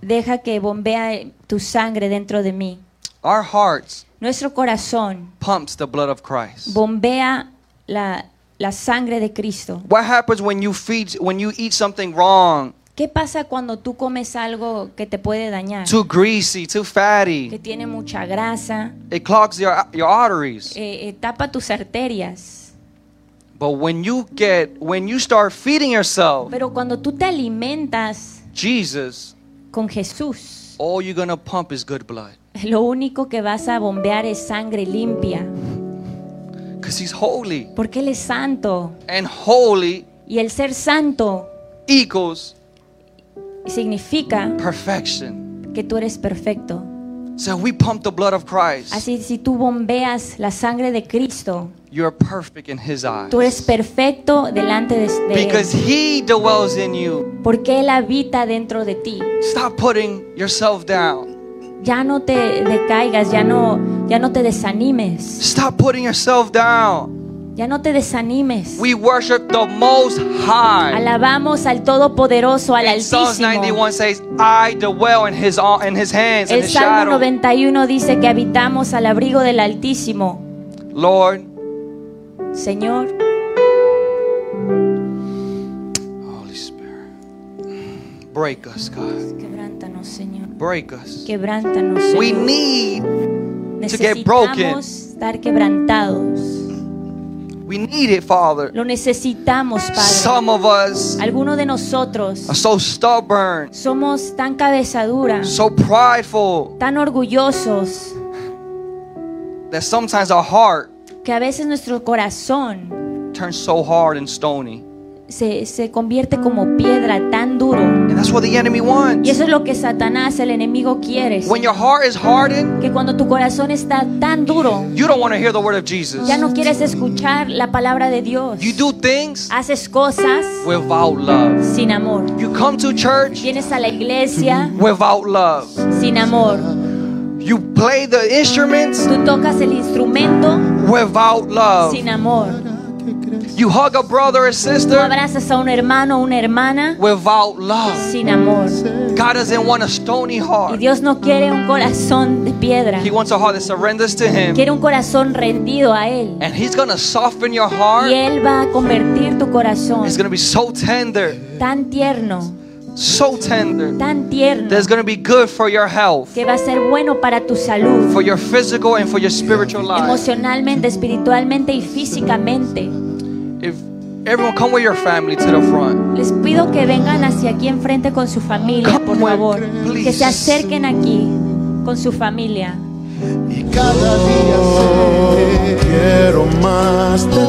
[SPEAKER 2] deja que bombea tu sangre dentro de mí.
[SPEAKER 1] Our hearts
[SPEAKER 2] Nuestro corazón
[SPEAKER 1] pumps the blood of Christ.
[SPEAKER 2] bombea la, la sangre de Cristo.
[SPEAKER 1] What happens when you feed when you eat something wrong,
[SPEAKER 2] ¿Qué pasa cuando tú comes algo que te puede dañar?
[SPEAKER 1] too greasy, too
[SPEAKER 2] Que
[SPEAKER 1] fatty?
[SPEAKER 2] tiene mucha grasa,
[SPEAKER 1] It clogs your your arteries.
[SPEAKER 2] eh, eh, tapa tus arterias.
[SPEAKER 1] But when you get when you start feeding yourself
[SPEAKER 2] Pero cuando tú te alimentas
[SPEAKER 1] Jesus,
[SPEAKER 2] con Jesús,
[SPEAKER 1] all you're gonna pump is good blood.
[SPEAKER 2] lo único que vas a bombear es sangre limpia,
[SPEAKER 1] Because he's holy.
[SPEAKER 2] porque Él es santo.
[SPEAKER 1] And holy
[SPEAKER 2] Y el ser santo
[SPEAKER 1] equals
[SPEAKER 2] significa
[SPEAKER 1] perfection.
[SPEAKER 2] que tú eres perfecto.
[SPEAKER 1] So we pump the blood of Christ.
[SPEAKER 2] Así si tú bombeas la sangre de Cristo,
[SPEAKER 1] You're perfect in his eyes.
[SPEAKER 2] tú eres perfecto delante de, de Él.
[SPEAKER 1] Because he dwells in you.
[SPEAKER 2] Porque Él habita dentro de ti.
[SPEAKER 1] Stop putting yourself down.
[SPEAKER 2] Ya no te decaigas, ya no, ya no te desanimes,
[SPEAKER 1] Stop putting yourself down.
[SPEAKER 2] ya no te desanimes.
[SPEAKER 1] We worship the most high.
[SPEAKER 2] Alabamos al Todopoderoso, al
[SPEAKER 1] And Psalms
[SPEAKER 2] Altísimo.
[SPEAKER 1] 91 says, I dwell in his in his hands, in
[SPEAKER 2] El
[SPEAKER 1] his shadow.
[SPEAKER 2] Salmo 91 dice que habitamos al abrigo del Altísimo.
[SPEAKER 1] Lord,
[SPEAKER 2] Señor,
[SPEAKER 1] Holy Spirit. Break us, God.
[SPEAKER 2] quebrántanos, Señor.
[SPEAKER 1] Break us.
[SPEAKER 2] Quebrántanos,
[SPEAKER 1] We
[SPEAKER 2] Señor.
[SPEAKER 1] need to get broken.
[SPEAKER 2] Necesitamos estar quebrantados.
[SPEAKER 1] We need it, Father.
[SPEAKER 2] Lo necesitamos, Padre.
[SPEAKER 1] Some of us
[SPEAKER 2] Algunos de nosotros
[SPEAKER 1] are so stubborn,
[SPEAKER 2] somos tan cabezaduras,
[SPEAKER 1] so prideful
[SPEAKER 2] tan orgullosos,
[SPEAKER 1] that sometimes our heart
[SPEAKER 2] que a veces nuestro corazón
[SPEAKER 1] turns so hard and stony.
[SPEAKER 2] se, se convierte como piedra tan duro.
[SPEAKER 1] And that's what the enemy
[SPEAKER 2] Y
[SPEAKER 1] wants.
[SPEAKER 2] eso es lo que Satanás, el enemigo, quiere.
[SPEAKER 1] When your heart is hardened,
[SPEAKER 2] Que cuando tu corazón está tan duro,
[SPEAKER 1] you don't want to hear the word of Jesus.
[SPEAKER 2] ya no quieres escuchar la palabra de Dios.
[SPEAKER 1] You do things
[SPEAKER 2] Haces cosas
[SPEAKER 1] without love.
[SPEAKER 2] sin amor.
[SPEAKER 1] You come to church
[SPEAKER 2] Vienes a la iglesia
[SPEAKER 1] without love.
[SPEAKER 2] sin amor.
[SPEAKER 1] You play the instruments
[SPEAKER 2] Tú tocas el instrumento
[SPEAKER 1] without love.
[SPEAKER 2] sin amor.
[SPEAKER 1] You hug a brother or
[SPEAKER 2] Tú
[SPEAKER 1] sister
[SPEAKER 2] abrazas a un hermano o una hermana
[SPEAKER 1] without love.
[SPEAKER 2] sin amor.
[SPEAKER 1] God doesn't want a stony
[SPEAKER 2] Y
[SPEAKER 1] heart.
[SPEAKER 2] Dios no quiere un corazón de piedra.
[SPEAKER 1] He wants a heart that surrenders to Him.
[SPEAKER 2] Quiere un corazón rendido a Él.
[SPEAKER 1] And He's going to soften your
[SPEAKER 2] Y
[SPEAKER 1] heart.
[SPEAKER 2] Él va a convertir tu corazón
[SPEAKER 1] It's going to be so tender,
[SPEAKER 2] tan tierno,
[SPEAKER 1] so tender.
[SPEAKER 2] tan tierno,
[SPEAKER 1] That's going to be good for your health,
[SPEAKER 2] que va a ser bueno para tu salud,
[SPEAKER 1] for your physical and for your spiritual life.
[SPEAKER 2] emocionalmente, espiritualmente y físicamente.
[SPEAKER 1] if everyone come with your family to the front.
[SPEAKER 2] Les pido que vengan hacia aquí enfrente con su familia, por favor. Que se acerquen aquí con su familia.
[SPEAKER 3] y cada día sé que quiero más de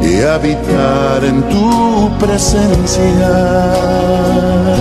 [SPEAKER 3] ti y habitar en tu presencia.